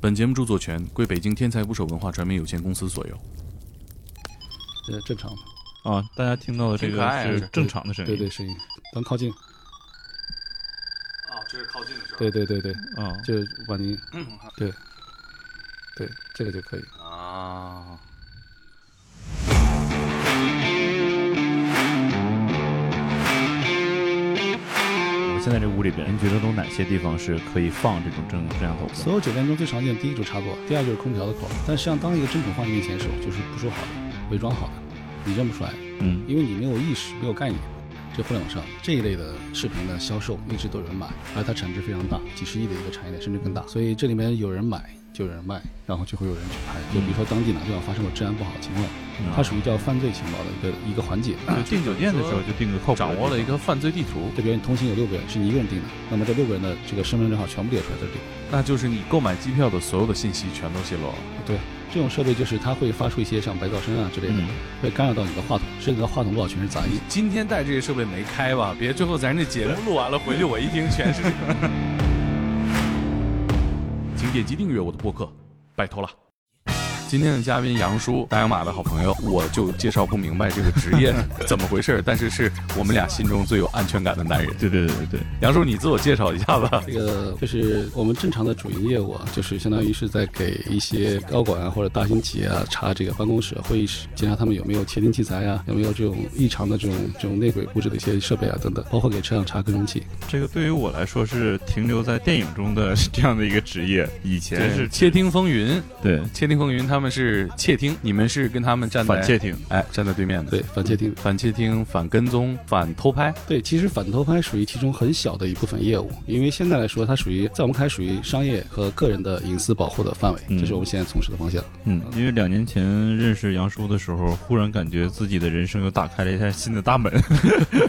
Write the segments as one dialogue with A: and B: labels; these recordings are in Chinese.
A: 本节目著作权归北京天才捕手文化传媒有限公司所有。
B: 这正常的，
C: 啊，大家听到的这
A: 挺可爱啊
C: 个
A: 这
C: 是正常的声音，
B: 对对声音，咱靠近，
A: 啊，这是靠近的时候
B: 对对对对，
C: 啊，
B: 就把你，对，对，这个就可以。
A: 啊。
D: 我们现在这屋里边，你觉得都哪些地方是可以放这种正摄像头的？
B: 所有酒店中最常见，第一就是插座，第二就是空调的口儿。但实际上，当一个真品放你面前的时候，就是不说好的，伪装好的，你认不出来，
D: 嗯，
B: 因为你没有意识，没有概念。这互联网上这一类的视频的销售一直都有人买，而它产值非常大，几十亿的一个产业链，甚至更大。所以这里面有人买就有人卖，然后就会有人去拍。就比如说当地哪个地方发生过治安不好的情况，它属于叫犯罪情报的一个一个环节。
C: 就订酒店的时候就订个靠谱的
A: 掌握了一个犯罪地图，
B: 这比如你同行有六个人，是你一个人定的，那么这六个人的这个身份证号全部列出来在这里。
A: 那就是你购买机票的所有的信息全都泄露了。
B: 对，这种设备就是它会发出一些像白噪声啊之类的，
D: 嗯
B: 会干扰到你的话筒，甚至到话筒多少全是杂音。
A: 今天带这个设备没开吧？别最后咱这节目录完了回去，我一听全是这个。 请点击订阅我的播客，拜托了。今天的嘉宾杨叔，大洋马的好朋友，我就介绍不明白这个职业 怎么回事，但是是我们俩心中最有安全感的男人。
D: 对对对对对，
A: 杨叔，你自我介绍一下吧。
B: 这个就是我们正常的主营业务啊，就是相当于是在给一些高管啊或者大型企业啊查这个办公室、会议室，检查他们有没有窃听器材啊，有没有这种异常的这种这种内鬼布置的一些设备啊等等，包括给车辆查跟踪器。
C: 这个对于我来说是停留在电影中的这样的一个职业，以前是
A: 窃听风云，
D: 对
A: 窃听风云，他们是窃听，你们是跟他们站在
C: 反窃，听，
A: 哎，站在对面的。
B: 对，反窃听。
A: 反窃听、反跟踪、反偷拍，
B: 对，其实反偷拍属于其中很小的一部分业务，因为现在来说，它属于在我们看来属于商业和个人的隐私保护的范围，
D: 嗯
B: 这是我们现在从事的方向。
D: 嗯，
C: 因为两年前认识杨叔的时候，忽然感觉自己的人生又打开了一扇新的大门。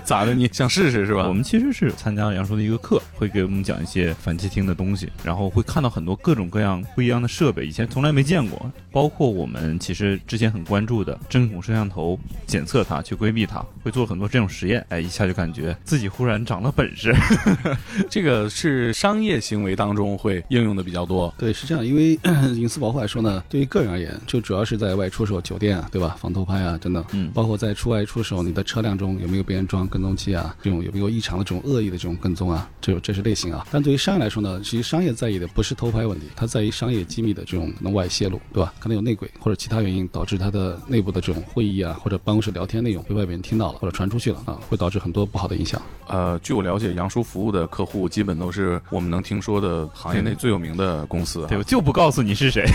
A: 咋的？你 想试试是吧？
D: 我们其实是参加了杨叔的一个课，会给我们讲一些反窃听的东西，然后会看到很多各种各样不一样的设备，以前从来没见过，包括我们其实之前很关注的针孔摄像头检测它，去规避它，会做很多这种实验，哎，一下就感觉自己忽然长了本事。
A: 这个是商业行为当中会应用的比较多。
B: 对，是这样，因为 隐私保护来说呢，对于个人而言，就主要是在外出的时候，酒店啊，对吧？防偷拍啊，等等，
D: 嗯
B: 包括在出外出的时候，你的车辆中有没有别人装跟踪器啊？这种有没有异常的这种恶意的这种跟踪啊？这种这是类型啊。但对于商业来说呢，其实商业在意的不是偷拍问题，它在于商业机密的这种能外泄露，对吧？可能有内鬼或者其他原因导致它的内部的这种会议啊，或者办公室聊天内容被外边人听到了或者传出去了啊，会导致很多不好的影响。
A: 呃，据我了解，杨叔服务的客户基本都是我们能听说的行业内最有名的公司啊，
D: 对，我就不告诉你是谁。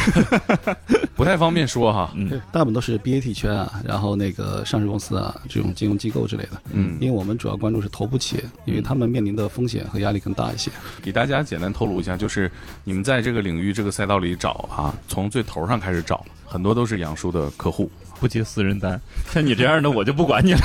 A: 不太方便说哈。
D: 嗯，
B: 大部分都是 BAT 圈啊，然后那个上市公司啊，这种金融机构之类的。
A: 嗯，
B: 因为我们主要关注是头部企业，因为他们面临的风险和压力更大一些。
A: 给大家简单透露一下，就是你们在这个领域、这个赛道里找啊，从最头上开始找，很多都是杨叔的客户
D: 不接私人单，像你这样的我就不管你了。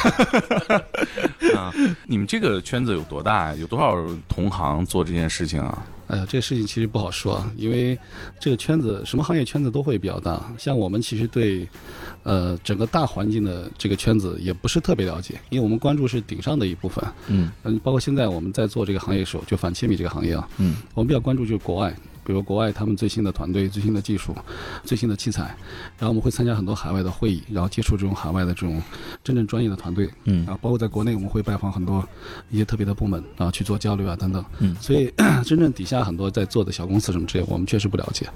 A: 啊。你们这个圈子有多大呀？有多少同行做这件事情啊？
B: 哎呀，这个事情其实不好说，啊，因为这个圈子什么行业圈子都会比较大。像我们其实对，呃，整个大环境的这个圈子也不是特别了解，因为我们关注是顶上的一部分。
D: 嗯
B: 嗯，包括现在我们在做这个行业的时候，就反窃米这个行业啊，
D: 嗯，
B: 我们比较关注就是国外，比如国外他们最新的团队、最新的技术、最新的器材，然后我们会参加很多海外的会议，然后接触这种海外的这种真正专业的团队，
D: 嗯
B: 啊，包括在国内我们会拜访很多一些特别的部门啊，去做交流啊等等，
D: 嗯
B: 所以 真正底下很多在做的小公司什么之类，我们确实不了解，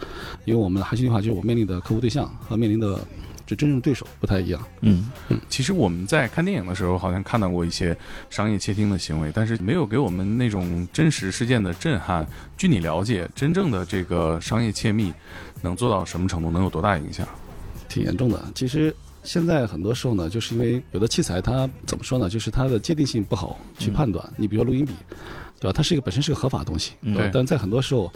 B: 因为我们还是那句话，就是我面临的客户对象和面临的就真正对手不太一样。
D: 嗯，
A: 其实我们在看电影的时候，好像看到过一些商业窃听的行为，但是没有给我们那种真实事件的震撼。据你了解，真正的这个商业窃密能做到什么程度，能有多大影响？
B: 挺严重的。其实现在很多时候呢，就是因为有的器材它怎么说呢，就是它的界定性不好
A: 嗯
B: 去判断。你比如说录音笔，对吧？它是一个本身是个合法的东西，
D: 嗯
B: 吧
A: 对
B: 但在很多时候，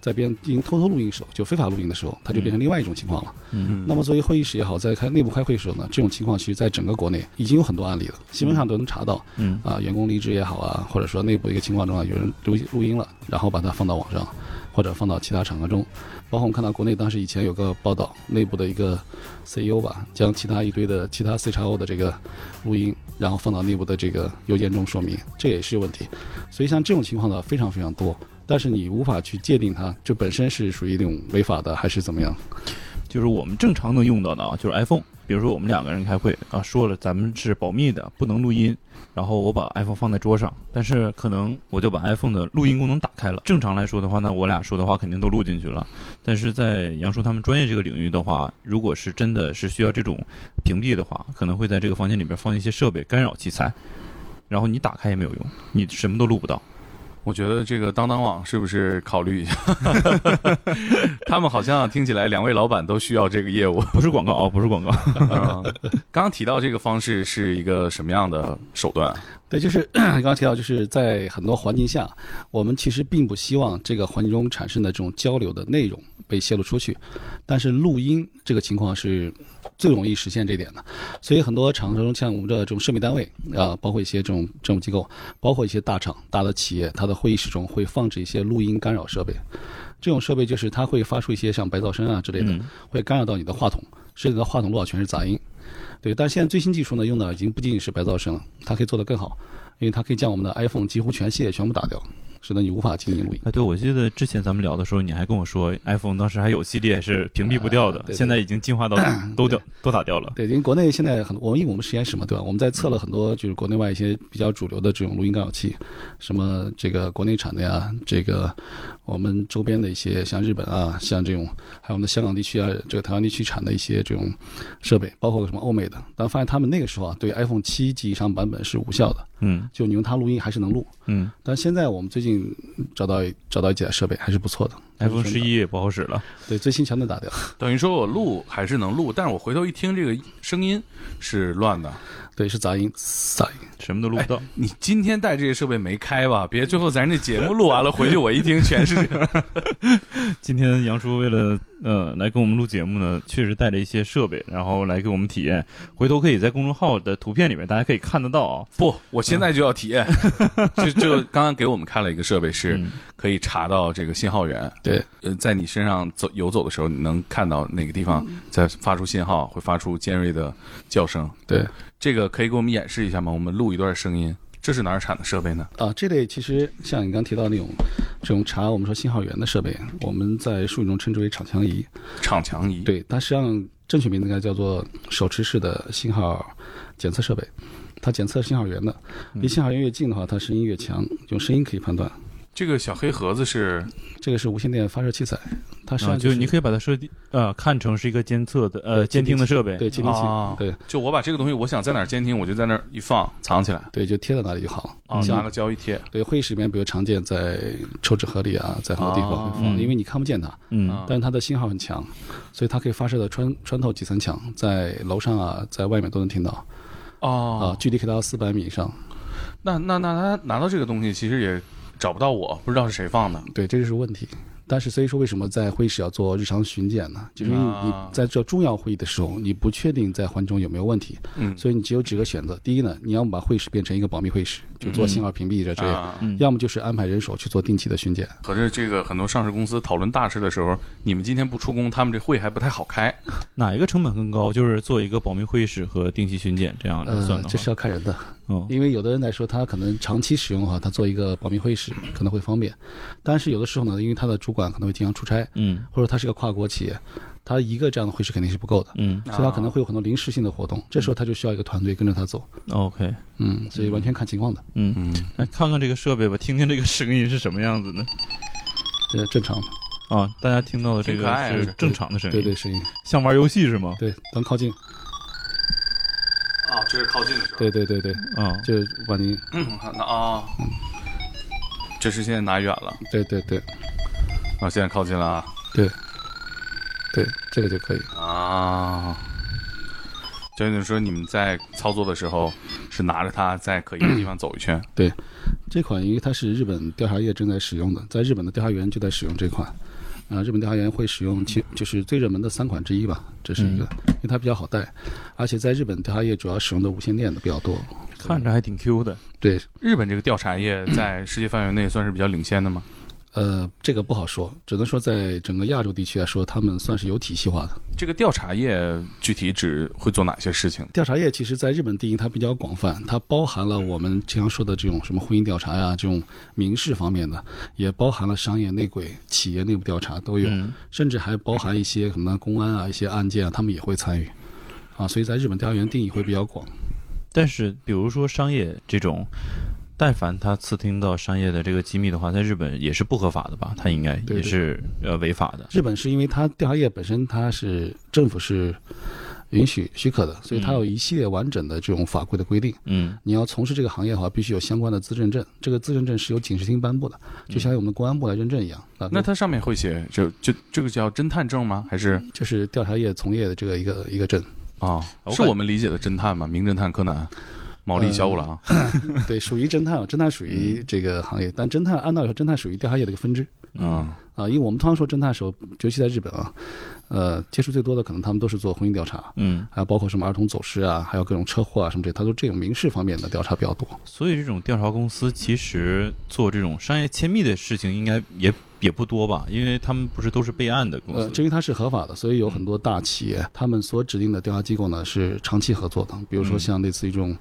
B: 在别人进行偷偷录音的时候，就非法录音的时候，它就变成另外一种情况了。
A: 嗯
B: 那么作为会议室也好，在开内部开会的时候呢，这种情况其实在整个国内已经有很多案例了，新闻上都能查到。
D: 嗯
B: 啊、员工离职也好啊，或者说内部一个情况中啊，有人录录音了，然后把它放到网上，或者放到其他场合中。包括我们看到国内当时以前有个报道，内部的一个 CEO 吧，将其他一堆的其他 CXO 的这个录音，然后放到内部的这个邮件中说明，这也是有问题。所以像这种情况呢，非常非常多。但是你无法去界定它这本身是属于一种违法的还是怎么样。
D: 就是我们正常能用到的啊，就是 iPhone。比如说我们两个人开会啊，说了咱们是保密的，不能录音。然后我把 iPhone 放在桌上，但是可能我就把 iPhone 的录音功能打开了。正常来说的话，那我俩说的话肯定都录进去了。但是在杨叔他们专业这个领域的话，如果是真的是需要这种屏蔽的话，可能会在这个房间里边放一些设备干扰器材，然后你打开也没有用，你什么都录不到。
A: 我觉得这个当当网是不是考虑一下？ 他们好像听起来两位老板都需要这个业务。
D: 不是广告啊，不是广告。
A: 嗯刚刚提到这个方式是一个什么样的手段？
B: 对，就是 刚刚提到，就是在很多环境下，我们其实并不希望这个环境中产生的这种交流的内容被泄露出去，但是录音这个情况是最容易实现这点的。所以很多厂商，像我们的这种设备单位啊、包括一些这种政府机构，包括一些大厂、大的企业，它的会议室中会放置一些录音干扰设备。这种设备就是它会发出一些像白噪声啊之类的，
D: 嗯，
B: 会干扰到你的话筒，使你的话筒录到全是杂音。对，但是现在最新技术呢，用的已经不仅仅是白噪声了，它可以做得更好，因为它可以将我们的 iPhone 几乎全系列全部打掉，使得你无法进行录音。
D: 哎，对，我记得之前咱们聊的时候，你还跟我说，iPhone 当时还有系列是屏蔽不掉的，
B: 啊对对
D: 现在已经进化 到都掉都打掉了。
B: 对，因为国内现在很，我们因为我们实验室嘛，对吧？我们在测了很多就是国内外一些比较主流的这种录音干扰器，什么这个国内产的呀，这个我们周边的一些像日本啊，像这种，还有我们的香港地区啊，这个台湾地区产的一些这种设备，包括什么欧美的，但发现他们那个时候啊，对 iPhone 七及以上版本是无效的，
D: 嗯
B: 就你用它录音还是能录。
D: 嗯
B: 但现在我们最近找到找到几台设备还是不错的
D: ，iPhone 十一也不好使了。
B: 对，最新全都打 掉。
A: 等于说我录还是能录，但是我回头一听这个声音是乱的。
B: 对，是杂音，杂音。
D: 什么都录不到，
A: 你今天带这些设备没开吧？别最后咱这节目录完了回去我一听全是 这个。
D: 今天杨叔为了呃来跟我们录节目呢，确实带了一些设备，然后来给我们体验。回头可以在公众号的图片里面，大家可以看得到啊。
A: 不，我现在就要体验。就就刚刚给我们看了一个设备，是
D: 嗯
A: 可以查到这个信号源。
B: 对，
A: 呃，在你身上走游走的时候，你能看到哪个地方在发出信号，会发出尖锐的叫声。
B: 对，
A: 这个可以给我们演示一下吗？我们录一段声音。这是哪儿产的设备呢？
B: 啊，这类其实像你刚提到那种这种查我们说信号源的设备，我们在术语中称之为场腔仪。
A: 场强仪。，
B: 对，它实际上正确名字应该叫做手持式的信号检测设备。它检测信号源的，
D: 嗯
B: 离信号源越近的话，它声音越强，用声音可以判断。
A: 这个小黑盒子是
B: 这个是无线电发射器材，它实际
D: 啊，
B: 上
D: 就是是你可以把它设定呃看成是一个监测的呃
B: 对
D: 监听的设备。哦
B: 对监听器，
A: 啊
B: 对
A: 就我把这个东西，我想在哪儿监听，我就在那儿一放，藏起来，
B: 对，就贴在那里就好了。
A: 啊，
B: 像
A: 拿个胶一贴。
B: 对，会议室里面比如常见在抽纸盒里啊，在很多地方会放，
D: 哦
B: 因为你看不见它，
D: 嗯
A: 啊
B: 但是它的信号很强，所以它可以发射的穿穿透几层墙，在楼上啊，在外面都能听到啊
A: 哦，，
B: 距离可以达到四百米以上。
A: 那那那他拿到这个东西，其实也找不到我，不知道是谁放的。
B: 对，这就是问题。但是所以说，为什么在会议室要做日常巡检呢？就是因为你
A: 啊
B: 在做重要会议的时候，你不确定在环境中有没有问题，
A: 嗯，
B: 所以你只有几个选择：第一呢，你要么把会议室变成一个保密会议室，就做信号屏蔽这这样；
A: 啊，
D: 嗯
B: 要么就是安排人手去做定期的巡检。
A: 合着这个很多上市公司讨论大事的时候，你们今天不出工，他们这会还不太好开。
D: 哪一个成本更高？就是做一个保密会议室和定期巡检这样的算
B: 呃，
D: 的话，
B: 这是要看人的，
D: 嗯
B: 因为有的人来说，他可能长期使用的话，他做一个保密会议室可能会方便，但是有的时候呢，因为他的主管可能会经常出差，
D: 嗯
B: 或者他是个跨国企业，他一个这样的会议室肯定是不够的，
D: 嗯
B: 所以他可能会有很多临时性的活动，这时候他就需要一个团队跟着他走，
D: ，OK，
B: 嗯，所以完全看情况的，
D: 嗯，
A: 嗯，
D: 来看看这个设备吧，听听这个声音是什么样子的
B: 这正常的，
D: 啊！大家听到的这
A: 挺可爱
D: 个
A: 啊
D: 是正常的声音，
B: 对对，声音，
D: 像玩游戏是吗？
B: 对，能靠近，
A: 啊，这是靠近的时候。
B: 对对对对，
D: 啊，
B: 就是把你，
A: 嗯，看到啊，这是现在拿远了，
B: 对对对
A: 啊，现在靠近了啊。
B: 对，这个就可以，
A: 啊，就你说你们在操作的时候是拿着它在可疑的地方走一圈，
B: 这款因为它是日本调查业正在使用的，在日本的调查员就在使用这款。啊、日本调查员会使用其就是最热门的三款之一吧，这是一个，因为它比较好带，而且在日本调查业主要使用的无线电的比较多。
D: 看着还挺 Q 的，
B: 对，
A: 日本这个调查业在世界范围内算是比较领先的吗？
B: 呃，这个不好说，只能说在整个亚洲地区来说，他们算是有体系化的。
A: 这个调查业具体指会做哪些事情？
B: 调查业其实在日本定义它比较广泛，它包含了我们经常说的这种什么婚姻调查呀、这种民事方面的，也包含了商业内鬼、企业内部调查都有，
D: 嗯
B: 甚至还包含一些可能公安啊、一些案件啊，他们也会参与。啊，所以在日本调查员定义会比较广。
D: 但是，比如说商业这种，但凡他刺听到商业的这个机密的话，在日本也是不合法的吧？他应该
B: 对
D: 也是呃违法的。
B: 日本是因为它调查业本身它是政府是允许许可的，所以它有一系列完整的这种法规的规定。
D: 嗯
B: 你要从事这个行业的话，必须有相关的资质证，这个资质证是由警视厅颁布的，就相当于我们公安部来认证一样。啊
A: 那它上面会写就就这个叫侦探证吗？还是
B: 就是调查业从业的这个一个一个证。
A: 啊、
D: 我
A: 是
D: 感
A: 我们理解的侦探吗？名侦探柯南、毛利小五 郎、
B: 对，属于侦探，侦探属于这个行业，但侦探按道理说，侦探属于调查业的一个分支
A: 嗯，
B: 啊。因为我们通常说侦探的时候，尤其在日本啊，呃，接触最多的可能他们都是做婚姻调查，
D: 嗯，
B: 还有包括什么儿童走失啊，还有各种车祸啊什么这，他都这种民事方面的调查比较多。
D: 所以这种调查公司其实做这种商业泄密的事情，应该也也不多吧？因为他们不是都是备案的公
B: 呃，
D: 司。
B: 因为它是合法的，
D: 嗯
B: 所以有很多大企业，他们所指定的调查机构呢是长期合作的，比如说像类似于这种。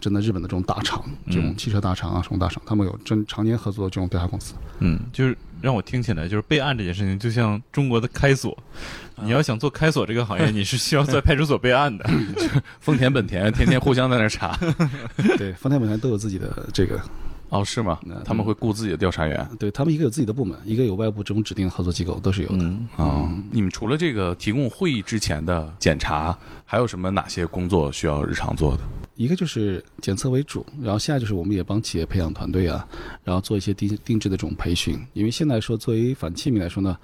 B: 真的，日本的这种大厂，这种
D: 嗯
B: 汽车大厂啊，什么大厂，他们有真常年合作的这种调查公司。
D: 嗯，就是让我听起来，就是备案这件事情，就像中国的开锁，你要想做开锁这个行业，你是需要在派出所备案的。
A: 丰田、本田，天天互相在那查。
B: 对，丰田本来都有自己的这个，
A: 哦，是吗
B: 嗯？
A: 他们会雇自己的调查员。
B: 对他们一个有自己的部门，一个有外部这种指定合作机构，都是有的。
D: 嗯，
A: 啊、你们除了这个提供会议之前的检查，还有什么哪些工作需要日常做的？
B: 一个就是检测为主，然后现在就是我们也帮企业培养团队啊，然后做一些定定制的这种培训。因为现在说作为反窃民来说呢，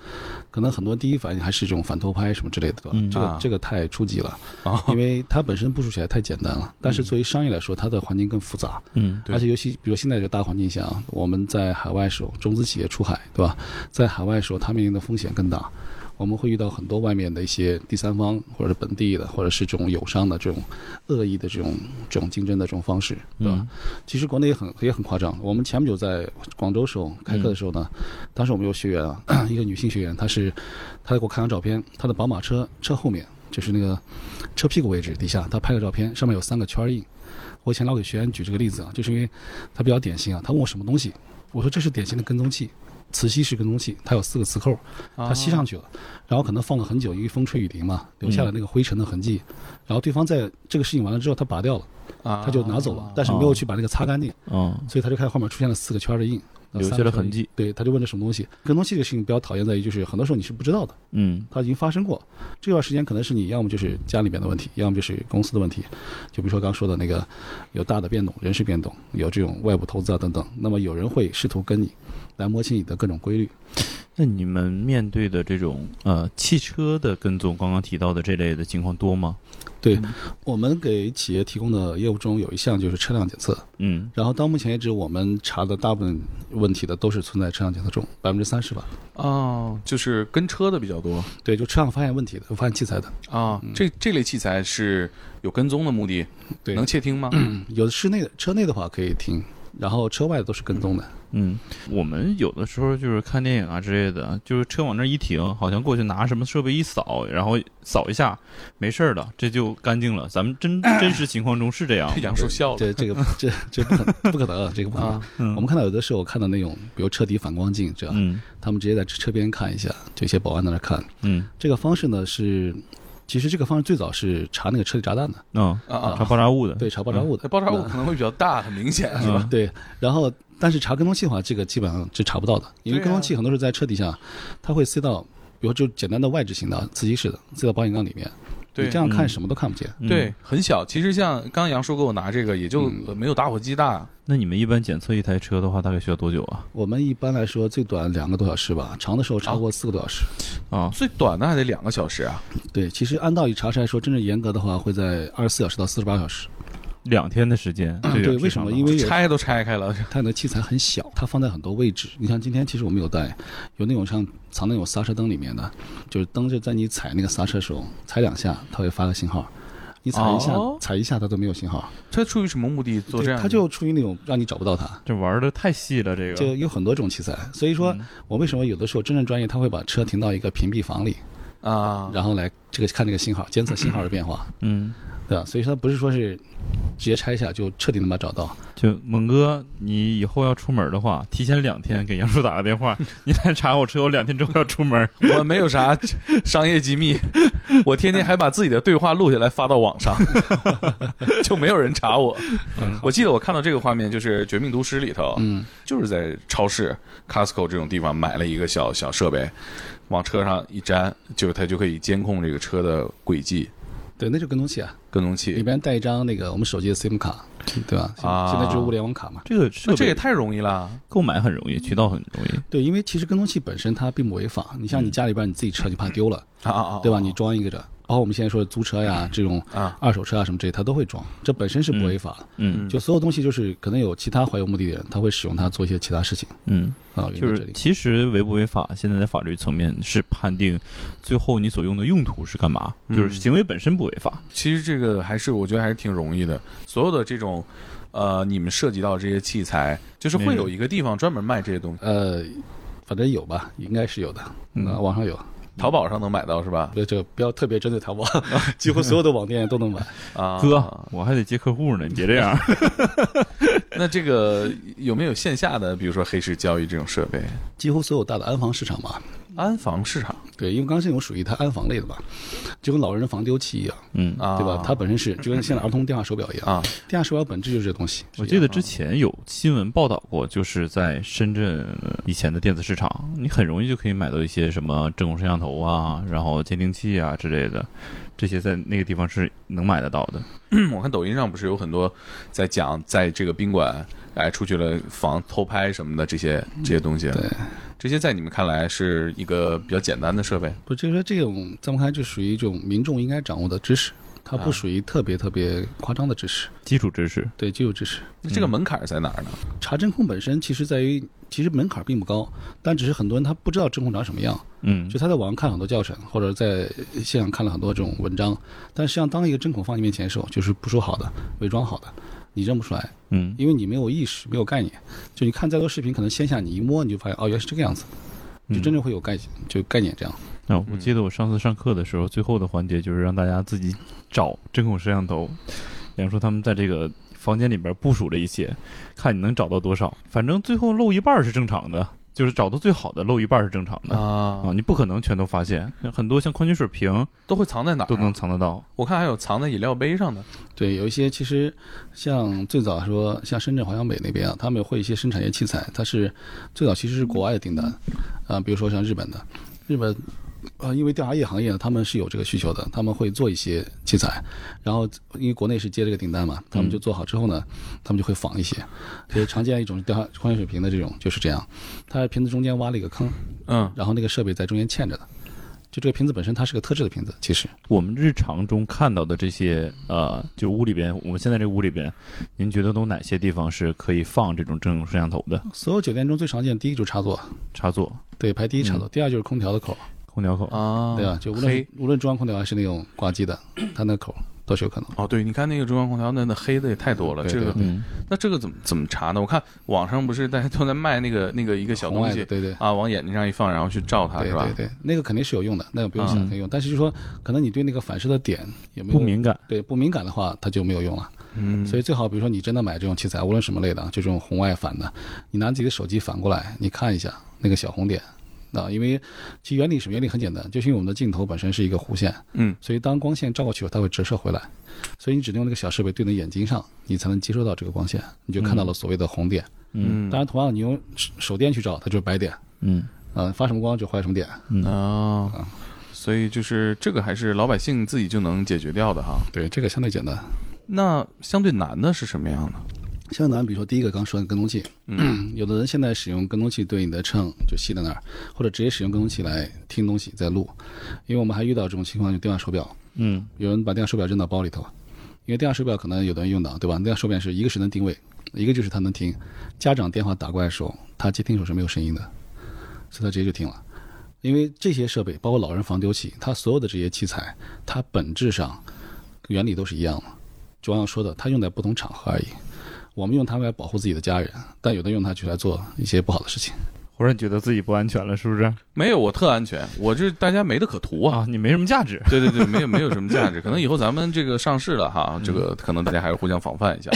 B: 可能很多第一反应还是这种反偷拍什么之类的，对吧？
D: 嗯
B: 这个
A: 啊
B: 这个太初级了，
A: 啊
B: 因为它本身部署起来太简单了。但是作为商业来说，它的环境更复杂，
D: 嗯，
A: 对
B: 而且尤其比如现在这个大环境下啊，我们在海外的时候，中资企业出海，对吧？在海外的时候，它面临的风险更大。我们会遇到很多外面的一些第三方，或者是本地的，或者是这种友商的这种恶意的这种这种竞争的这种方式，对吧？其实国内也很也很夸张。我们前不久在广州时候开课的时候呢，当时我们有学员啊， 一个女性学员，她是她给我看张照片，她的宝马车车后面就是那个车屁股位置底下，她拍个照片，上面有三个圈印。我以前老给学员举这个例子啊，就是因为他比较典型啊，他问我什么东西，我说这是典型的跟踪器，磁吸式跟踪器，它有四个磁扣，
D: 哦
B: 它吸上去了，然后可能放了很久，因为风吹雨淋嘛，留
D: 嗯
B: 下了那个灰尘的痕迹，然后对方在这个事情完了之后，他拔掉了，
A: 啊
B: 他就拿走了，但是没有去把那个擦干净，
D: 哦，
B: 所以他就看后面出现了四个圈的印，那
D: 留下
B: 三个
D: 了
B: 圈
D: 痕
B: 印。
D: 迹。
B: 对，他就问这什么东西，跟踪器这个事情比较讨厌在于就是很多时候你是不知道的。
D: 嗯，
B: 它已经发生过。这段时间可能是你要么就是家里面的问题，要么就是公司的问题。就比如说刚说的那个，有大的变动，人事变动，有这种外部投资啊等等。那么有人会试图跟你来摸清你的各种规律。
D: 那你们面对的这种呃汽车的跟踪，刚刚提到的这类的情况多吗？
B: 我们给企业提供的业务中有一项就是车辆检测，
D: 嗯，
B: 然后到目前为止我们查的大部分问题的都是存在车辆检测中，百分之三十吧。
A: 哦，就是跟车的比较多
B: 对，就车辆发现问题的，发现器材的，
A: 啊。这这类器材是有跟踪的目的，
B: 对嗯
A: 能窃听吗？
B: 有的室内的车内的话可以停，然后车外的都是跟踪的。
D: 嗯，我们有的时候就是看电影啊之类的，就是车往那儿一停，好像过去拿什么设备一扫，然后扫一下，没事儿了，这就干净了。咱们真真实情况中是这样吗，
A: 啊杨树笑了
B: 这这个这这不可能不可能，啊，这个不可能。
A: 啊，
D: 嗯
B: 我们看到有的时候看到那种，比如车底反光镜，这样、
D: 嗯
B: 他们直接在车边看一下，就一些保安在那看。
D: 嗯
B: 这个方式呢是，其实这个方式最早是查那个车里炸弹的，
D: 哦，
A: 啊啊，
D: 查
B: 嗯
D: 爆炸物的，
B: 对，查爆炸物
A: 那
B: 的。
A: 爆炸物可能会比较大，很明显嗯是吧？
D: 嗯
B: 对，然后但是查跟踪器的话，这个基本上是查不到的，因为
A: 对啊
B: 跟踪器很多是在车底下，它会塞到，比如就简单的外置型的磁吸式的，塞到保险杠里面，
A: 对
B: 你这样看
D: 嗯
B: 什么都看不见。
D: 嗯
A: 对，。很小。其实像刚刚杨叔给我拿这个，也就
B: 嗯
A: 呃没有打火机大。
D: 那你们一般检测一台车的话，大概需要多久啊？
B: 我们一般来说最短两个多小时吧，长的时候超过四个多小时。
D: 啊，
A: 最短的还得两个小时啊。
B: 对，其实按道理查出来说，真正严格的话会在二十四小时到四十八小时。
D: 两天的时间。就有
B: 对，
D: 市
B: 为什
D: 场
B: 么？
D: 了
B: 因为有
A: 拆都拆开了，
B: 它的器材很小，它放在很多位置。你像今天，其实我们有带，有那种像藏那种刹车灯里面的，就是灯就在你踩那个刹车的时候踩两下，它会发个信号。你踩一下、
A: 哦
B: 踩一下它都没有信号，
A: 他出于什么目的做这
B: 对
A: 样的？
B: 它就出于那种让你找不到它。
D: 这玩的太细了，这个
B: 就有很多种器材，所以说
D: 嗯
B: 我为什么有的时候真正专业他会把车停到一个屏蔽房里，
A: 啊，
B: 然后来这个看这个信号，监测信号的变化，
D: 嗯，
B: 对吧？所以说它不是说是直接拆下就彻底能把它找到，
D: 就猛哥，你以后要出门的话，提前两天给杨叔打个电话，你来查我车，我两天之后要出门。
A: 我没有 啥商业机密，我天天还把自己的对话录下来发到网 上，就没有人查我。我记得我看到这个画面，就是《绝命毒师》里头，
B: 嗯，
A: 就是在超市 Costco 这种地方买了一个小小设备，往车上一粘，就它就可以监控这个车的轨迹、
B: 对，那就跟踪器啊，
A: 跟踪
B: 里
A: 器。
B: 边带一张那个我们手机的 SIM 卡，对吧？现
A: 啊
B: 现在就是物联网卡嘛，
D: 这个设
A: 那这
D: 备
A: 也太容易了，
D: 购买很容易，渠道很容易。
B: 对，因为其实跟踪器本身它并不违法，你像你家里边你自己车你怕丢了，
A: 啊啊啊，
B: 对吧？你装一个这，包括我们现在说的租车呀这种
A: 啊
B: 二手哦嗯车啊什么这些，它都会装，这本身是不违法的。
D: 嗯
B: 就所有东西就是可能有其他怀有目的的人，他会使用它做一些其他事情
D: 嗯，
B: 啊，原因
D: 就
B: 在这
D: 是
B: 里。
D: 其实违不违法，现在在法律层面是判定最后你所用的用途是干嘛，
A: 嗯
D: 就是行为本身不违法。
A: 其实这个还是我觉得还是挺容易的。所有的这种，呃，你们涉及到这些器材，就是会有一个地方专门卖这些东西，
B: 呃，反正有吧，应该是有的，
D: 嗯
B: 啊，网上有，
A: 淘宝上能买到是吧？
B: 这这不要特别针对淘宝， 几乎所有的网店都能买。
A: 啊，
D: 哥，我还得接客户呢，你别这样。
A: 那这个有没有线下的，比如说黑市交易这种设备？
B: 几乎所有大的安防市场嘛，
A: 安防市场
B: 对，因为刚性我属于它安防类的嘛，就跟老人的防丢器一样，
D: 嗯，
A: 啊，
B: 对吧？它本身是就跟现在儿童电话手表一样，
A: 啊，
B: 电话手表本质就是这啊东西。
D: 我记得之前有新闻报道过，就是在深圳呃以前的电子市场，你很容易就可以买到一些什么真空摄像头啊，然后监听器啊之类的，这些在那个地方是能买得到的。
A: 我看抖音上不是有很多在讲，在这个宾馆哎出去了防偷拍什么的这些这些东西，
B: 嗯对，
A: 这些在你们看来是一个比较简单的设备
B: 不，就是说这种在我看来就属于一种民众应该掌握的知识，它
A: 啊
B: 不属于特别特别夸张的知识，
D: 基础知识，
B: 对，就有知识。
A: 那这个门槛在哪儿呢？
B: 查真空本身其实在于，其实门槛并不高，但只是很多人他不知道真空长什么样，
D: 嗯，
B: 就他在网上看很多教程，或者在现场看了很多这种文章，但实际上当一个针孔放你面前的时候，就是不说好的，伪装好的，你认不出来，
D: 嗯，
B: 因为你没有意识，没有概念。就你看再多视频，可能线下你一摸你就发现，哦，原来是这个样子，
D: 嗯
B: 就真正嗯会有概就概念这样。
D: 啊，我记得我上次上课的时候，最后的环节就是让大家自己找针孔摄像头。杨叔他们在这个房间里边部署了一些，看你能找到多少。反正最后漏一半是正常的，就是找到最好的漏一半是正常的。
A: 啊
D: 啊，，你不可能全都发现，很多像矿泉水瓶
A: 都会藏在哪儿？啊
D: 都能。藏得到。
A: 我看还有藏在饮料杯上的
B: 对，有一些其实像最早说，像深圳华强北那边啊，他们会一些生产一些器材，它是最早其实是国外的订单，啊、比如说像日本的，日本。呃，因为调查液行业呢，他们是有这个需求的，他们会做一些器材，然后因为国内是接这个订单嘛，他们就做好之后呢，他们就会仿一些，所以常见一种调查矿泉水瓶的这种就是这样，它在瓶子中间挖了一个坑，
A: 嗯，
B: 然后那个设备在中间嵌着的，就这个瓶子本身它是个特制的瓶子，其实
D: 我们日常中看到的这些，呃，就屋里边，我们现在这个屋里边，您觉得都哪些地方是可以放这种针孔摄像头的
B: 所有酒店中最常见的第一就是插座，
D: 插座、
B: 对，排第一插座，第二就是空调的口，
D: 空调口？
A: 啊，
B: 哦对吧？就无
A: 嗯黑
B: 论无论中央空调还是那种挂机的，它那口都是有可能。
A: 哦，对，你看那个中央空调，那那黑的也太多了。
B: 对
A: 这个
B: 对
D: 嗯，
A: 那这个怎么怎么查呢？我看网上不是大家都在卖那个那个一个小
B: 红
A: 东
B: 外的
A: 西
B: 对对。
A: 啊，往眼睛上一放，然后去照它
B: 对
A: 是吧
B: 对？对，那个肯定是有用的，那个不用想
D: 嗯
B: 可以用。但是就说，可能你对那个反射的点有没有
D: 不敏感。
B: 对不敏感的话，它就没有用了。
A: 嗯，
B: 所以最好，比如说你真的买这种器材，无论什么类的，啊就这种红外反的，你拿自己的手机反过来，你看一下那个小红点。啊，因为其实原理什么原理很简单，就是因为我们的镜头本身是一个弧线，
A: 嗯，
B: 所以当光线照过去，它会折射回来，所以你只能用那个小设备对你眼睛上，你才能接收到这个光线，你就看到了所谓的红点。
A: 嗯
B: 当然，同样你用手手电去照，它就是白点，
D: 嗯，
B: 呃，发什么光就坏什么点。
A: 啊，所以就是这个还是老百姓自己就能解决掉的哈。
B: 对，这个相对简单。
A: 那相对难的是什么样的？
B: 像咱比如说第一个刚说的跟踪器，嗯， 有的人现在使用跟踪器对你的秤就系在那儿，或者直接使用跟踪器来听东西在录，因为我们还遇到这种情况，有电话手表，
D: 嗯，
B: 有人把电话手表扔到包里头，啊因为电话手表可能有的人用到，对吧？电话手表是一个是能定位，一个就是它能听。家长电话打过来的时候，他接听手是没有声音的，所以他直接就听了。因为这些设备，包括老人防丢器，它所有的这些器材，它本质上原理都是一样的。就像说的，它用在不同场合而已。我们用它来保护自己的家人，但有的用它去来做一些不好的事情。
D: 忽然觉得自己不安全了，是不是？
A: 没有，我特安全，我这大家没得可图啊。
D: 哇，你没什么价值。
A: 对对对，没有没有什么价值，可能以后咱们这个上市了哈，这个可能大家还是互相防范一下。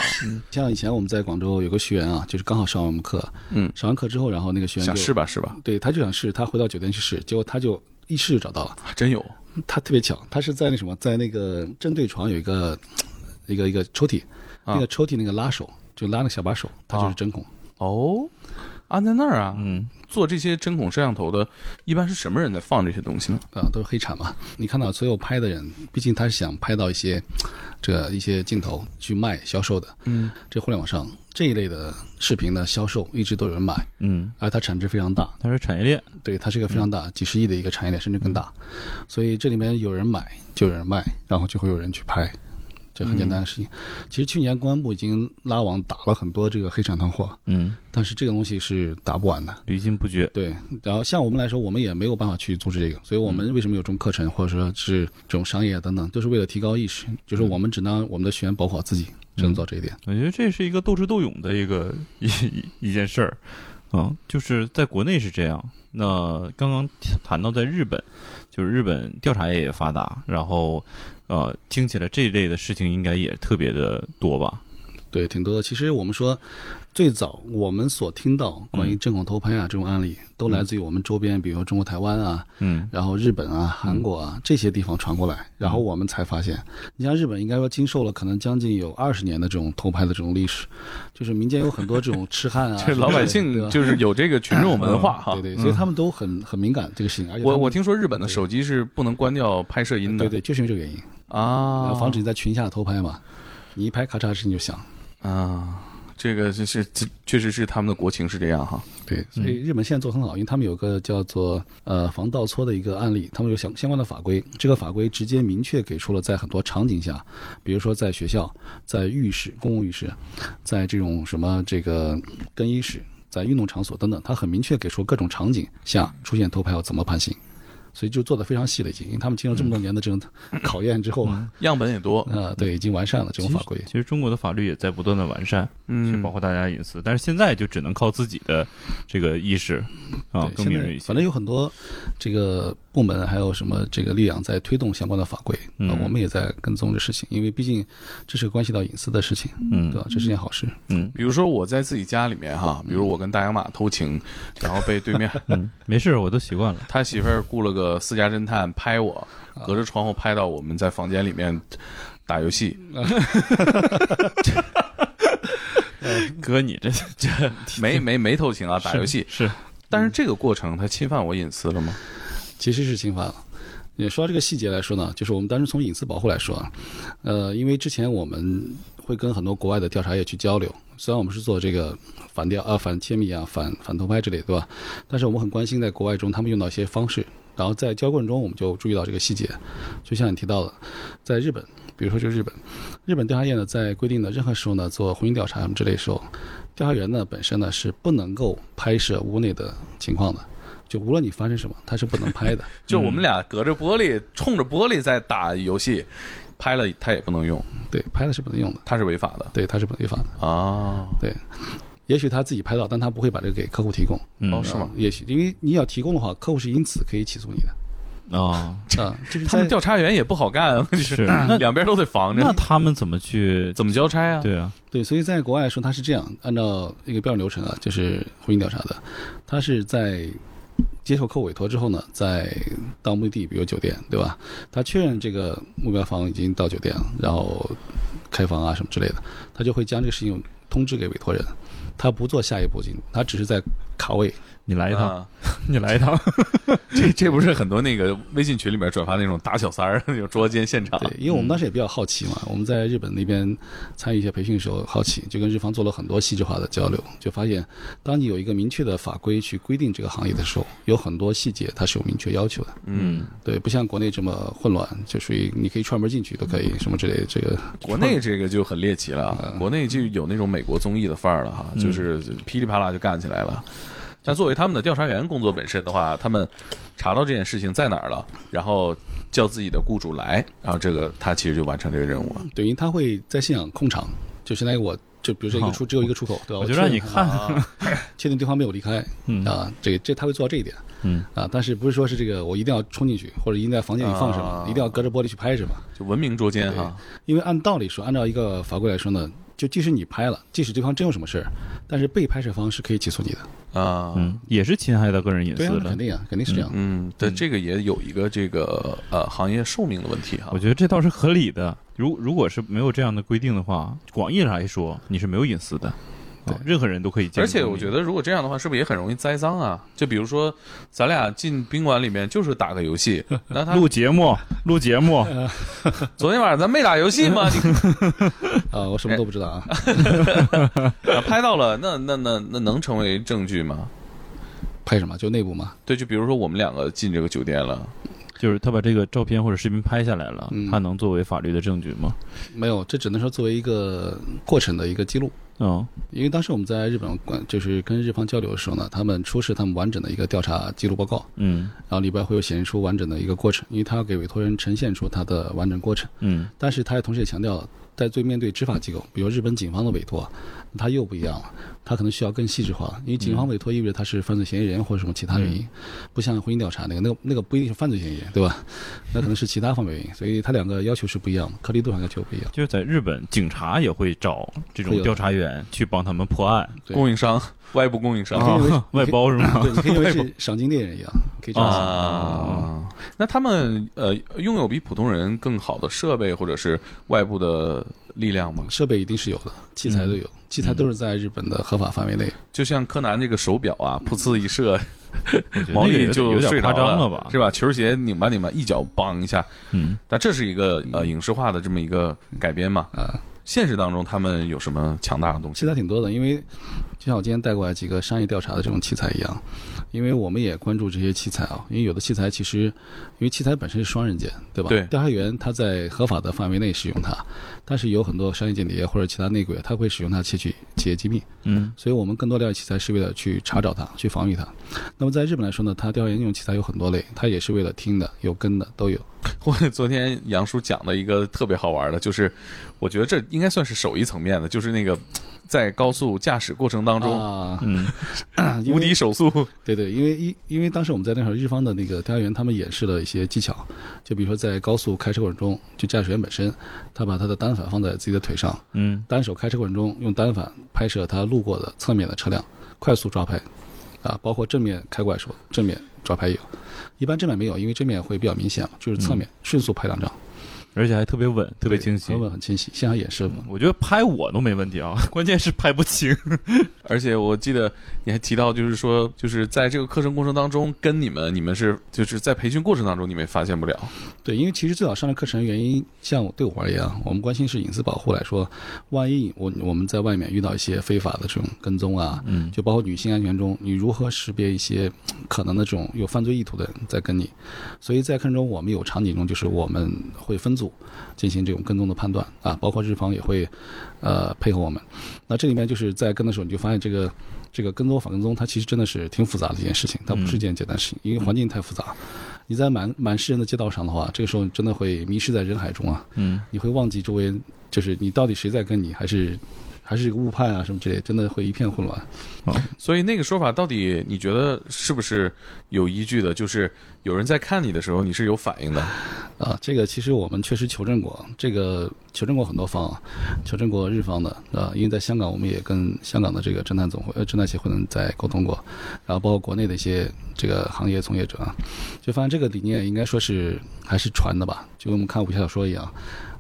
B: 像以前我们在广州有个学员啊，就是刚好上完我们课，
A: 嗯，
B: 上完课之后，然后那个学员
A: 想
B: 就
A: 试吧试吧，
B: 对，他就想试，他回到酒店去试，结果他就一试就找到了。
A: 啊真有
B: 他特别巧，他是在那什么，在那个正对床有一个一个一个抽屉，
A: 啊
B: 那个抽屉那个拉手就拉那个小把手，它就是针孔。
A: 哦，安在那儿啊。
D: 嗯，
A: 做这些针孔摄像头的，一般是什么人在放这些东西呢？
B: 啊，都是黑产嘛。你看到所有拍的人，毕竟他是想拍到一些这个一些镜头去卖销售的。
A: 嗯，
B: 这互联网上这一类的视频的销售一直都有人买，
D: 嗯，
B: 而它产值非常大，
D: 它是产业链，
B: 对，它是一个非常大几十亿的一个产业链，甚至更大。所以这里面有人买就有人卖，然后就会有人去拍。这很简单的事情。其实去年公安部已经拉网打了很多这个黑产团伙，
D: 嗯，
B: 但是这个东西是打不完的。
D: 屡禁不绝。
B: 对，然后像我们来说，我们也没有办法去阻止这个，所以我们为什么有这种课程，或者说是这种商业等等，就是为了提高意识，就是我们只能我们的学员保护好自己，只能做这一点。
D: 我觉得这是一个斗智斗勇的一个一一一件事儿，啊，就是在国内是这样。那刚刚谈到在日本，就是日本调查业也发达，然后呃，听起来这一类的事情应该也特别的多吧？
B: 对，挺多的。其实我们说，最早我们所听到关
A: 嗯
B: 于针孔偷拍啊这种案例，都来自于我们周边，比如说中国台湾啊，
D: 嗯
B: 然后日本啊、
A: 嗯
B: 韩国啊这些地方传过来，然后我们才发现，你像日本应该说经受了可能将近有二十年的这种偷拍的这种历史，就是民间有很多这种痴汉啊，
A: 这老百
B: 对吧
A: 姓就是有这个群众文化哈。
B: 对对，所以他们都很很敏感这个事情，而且
A: 我
B: 他们
A: 我听说日本的手机是不能关掉拍摄音的，
B: 对对，就是因为这个原因，
A: 啊，
B: 防止你在群下偷拍嘛，你一拍咔嚓声音就响，
A: 啊，这个这是这确实是他们的国情是这样哈。
B: 对，所
D: 嗯
B: 以日本现在做得很好，因为他们有个叫做呃防盗搓的一个案例，他们有相相关的法规，这个法规直接明确给出了在很多场景下，比如说在学校、在浴室、公共浴室，在这种什么这个更衣室、在运动场所等等，它很明确给出各种场景下出现偷拍要怎么判刑。所以就做的非常细了，已经，因为他们经过这么多年的这种考验之后，
A: 样本也多，
B: 呃，对，已经完善了这种法规。
D: 嗯其实中国的法律也在不断的完善，去
A: 嗯
D: 保护大家隐私，但是现在就只能靠自己的这个意识啊
B: 对，现
D: 更敏
B: 在
D: 锐一些
B: 反。正有很多这个部门还有什么这个力量在推动相关的法规，
D: 嗯
B: 呃我们也在跟踪这事情，因为毕竟这是关系到隐私的事情，
D: 嗯
B: 对吧？这是件好事。
D: 嗯
A: 比如说我在自己家里面哈，比如我跟大洋马偷情，然后被对 面
D: 嗯，没事，我都习惯了。
A: 他媳妇儿雇了个私家侦探拍我，隔着窗户拍到我们在房间里面打游戏，
D: 哥，你这
A: 没没没偷情啊，打游戏。
D: 是
A: 但是这个过程他侵犯我隐私了吗？
B: 其实是侵犯了。也说到这个细节来说呢，就是我们当时从隐私保护来说啊，呃，因为之前我们会跟很多国外的调查业去交流，虽然我们是做这个反调啊、反窃密啊、反反偷拍之类的，对吧？但是我们很关心在国外中他们用到一些方式，然后在交过程中我们就注意到这个细节。就像你提到的，在日本，比如说就日本，日本调查业呢在规定的任何时候呢做婚姻调查什么之类的时候，调查员呢本身呢是不能够拍摄屋内的情况的。就无论你发生什么，他是不能拍的。
A: 就我们俩隔着玻璃，冲着玻璃在打游戏，拍了他也不能用，
B: 对，拍的是不能用的，
A: 他是违法的
B: 对，它是不违法的。
A: 啊。
B: 对，也许他自己拍到，但他不会把这个给客户提供。啊
D: 嗯
A: 哦，是吗？
B: 也许因为你要提供的话，客户是因此可以起诉你的
D: 啊，
B: 啊。就是
A: 他们
B: 在
A: 调查员也不好 干，
D: 是那
A: 两边都得防
D: 那
A: 着，
D: 他们怎么去？
A: 怎么交差啊？
D: 对啊，
B: 对，所以在国外来说，它是这样，按照一个标准流程啊，就是婚姻调查的，它是在接受客户委托之后呢，再到目的地，比如酒店，对吧？他确认这个目标房已经到酒店了，然后开房啊什么之类的，他就会将这个事情通知给委托人，他不做下一步进入，他只是在卡位。
D: 你来一趟，
A: 啊，
D: 你来一趟。
A: 这这不是很多那个微信群里面转发那种打小三儿 那种捉奸现
D: 啊
A: 场，
B: 对，因为我们
D: 嗯
B: 当时也比较好奇嘛，我们在日本那边参与一些培训的时候，好奇就跟日方做了很多细致化的交流，就发现，当你有一个明确的法规去规定这个行业的时候，有很多细节它是有明确要求的。
A: 嗯，
B: 对，不像国内这么混乱，就属于你可以串门进去都可以什么之类的。这个
A: 国内这个就很猎
D: 嗯
A: 奇了啊，国内就有那种美国综艺的范儿了哈，就是噼里啪啦就干起来了。但作为他们的调查员工作本身的话，他们查到这件事情在哪儿了，然后叫自己的雇主来，然后这个他其实就完成这个任务了。
B: 等于他会在现场控场，就相当于我就比如说一个出只有一个出口，对吧？
D: 哦我就让
B: 确
D: 你
B: 认
D: 看，
A: 啊
B: 确定对方没有离开，
D: 嗯
B: 啊，这这他会做到这一点，
D: 嗯
B: 啊，但是不是说是这个我一定要冲进去，或者一定在房间里放什么，
A: 啊
B: 一定要隔着玻璃去拍什么？
A: 就文明捉奸哈，
B: 因为按道理说，按照一个法规来说呢，就即使你拍了，即使对方真有什么事儿，但是被拍摄方是可以起诉你的，
A: 啊，
D: 嗯，也是侵害到个人隐私
B: 对啊，
D: 了
B: 肯。定啊，肯定是这样的。
A: 嗯，对，这个也有一个这个呃行业寿命的问题哈
D: 我。觉得这倒是合理的。如如果是没有这样的规定的话，广义来说你是没有隐私的，
B: 对
D: 啊任何人都可以监
A: 而
D: 督你。
A: 且我觉得，如果这样的话，是不是也很容易栽赃啊？就比如说，咱俩进宾馆里面就是打个游 戏，那他呃
D: 录 节目，录节目，
A: 昨天晚上咱没打游戏 吗？你
B: 啊，我什么都不知道啊，
A: 啊拍到了，那那那那能成为证据吗？
B: 拍什么就内部嘛，
A: 对，就比如说我们两个进这个酒店了，
D: 就是他把这个照片或者视频拍下来了
B: 嗯，
D: 他能作为法律的证据吗？
B: 没有，这只能说作为一个过程的一个记录。
D: 嗯，
B: 因为当时我们在日本管，就是跟日方交流的时候呢，他们出示他们完整的一个调查记录报告，
D: 嗯
B: 然后里边会有显示出完整的一个过程，因为他要给委托人呈现出他的完整过程。
D: 嗯
B: 但是他也同时也强调，在对面对执法机构，比如日本警方的委托，他又不一样了，他可能需要更细致化，因为警方委托意味着他是犯罪嫌疑人或者什么其他原因，不像婚姻调查那个，那个那个不一定是犯罪嫌疑人，对吧？那可能是其他方面原因，所以他两个要求是不一样的，颗粒度上要求不一样。
D: 就是在日本，警察也会找这
B: 会
D: 种
B: 有
D: 调查员去帮他们破案，
B: 对
A: 供应 商外部供应商
B: 可以为
D: 啊外包是吗？
B: 对，你可以认为是赏金猎人一样，可以这样想。
A: 啊。那他们呃拥有比普通人更好的设备或者是外部的力量吗？
B: 设备一定是有的，器材都有，器材都是在日本的合法范围内。
A: 就像柯南这个手表啊，噗呲一射，
D: 我觉得
A: 毛
D: 那个
A: 利
D: 有
A: 就
D: 有
A: 睡
D: 点
A: 着
D: 夸张
A: 了
D: 了吧？
A: 是吧？球鞋拧吧拧吧，一脚梆一下。
D: 嗯，
A: 但这是一个呃影视化的这么一个改编嘛。
B: 啊，
A: 现实当中他们有什么强大的东西？
B: 器材挺多的，因为就像我今天带过来几个商业调查的这种器材一样，因为我们也关注这些器材啊，因为有的器材其实，因为器材本身是双刃剑，对吧？
A: 对
B: 调查员他在合法的范围内使用它，但是有很多商业间谍或者其他内鬼，他会使用它窃取企业机密，
D: 嗯
B: 所以我们更多了解器材是为了去查找它，去防御它。那么在日本来说呢，它调查员用器材有很多类，它也是为了听的、有跟的都有。
A: 我昨天杨叔讲的一个特别好玩的，就是我觉得这应该算是手艺层面的，就是那个在高速驾驶过程当中
B: 啊，
D: 嗯，
B: 因为
A: 无敌手速
B: 对对，因为因因为当时我们在那会儿，日方的那个调查员他们演示了一些技巧，就比如说在高速开车过程中，就驾驶员本身，他把他的单反放在自己的腿上，
D: 嗯，
B: 单手开车过程中用单反拍摄他路过的侧面的车辆，快速抓拍，啊，包括正面开怪手，正面抓拍也有，一般正面没有，因为正面会比较明显嘛，就是侧面迅速拍两张，
D: 而且还特别稳，嗯特别清晰
B: 很。稳很清晰，现场演示嘛，
D: 我觉得拍我都没问题啊， 关键是拍不清。
A: 而且我记得你还提到，就是说，就是在这个课程过程当中，跟你们，你们是就是在培训过程当中，你们也发现不了
B: 对，因为其实最早上这课程的原因，像我对我而言啊，我们关心是隐私保护来说，万一我我们在外面遇到一些非法的这种跟踪啊，
D: 嗯
B: 就包括女性安全中，你如何识别一些嗯可能的这种有犯罪意图的人在跟你？所以在课程中，我们有场景中就是我们会分组进行这种跟踪的判断啊，包括日方也会呃配合我们。那这里面就是在跟的时候，你就发现这个这个跟踪反跟踪，它其实真的是挺复杂的一件事情，它不
D: 嗯
B: 是一件简单事情，因为环境太复杂。你在满满是人的街道上的话，这个时候你真的会迷失在人海中啊，
D: 嗯，
B: 你会忘记周围，就是你到底谁在跟你，还是还是一个误判啊什么之类，真的会一片混乱。
A: 所以那个说法到底你觉得是不是有依据的？就是有人在看你的时候，你是有反 应的。
B: 啊，这个其实我们确实求证过，这个求证过很多方，啊，求证过日方的啊，因为在香港我们也跟香港的这个侦探总会、呃侦探协会呢在沟通过，然后包括国内的一些这个行业从业者啊，就发现这个理念应该说是还是传的吧，就跟我们看武侠小说一样，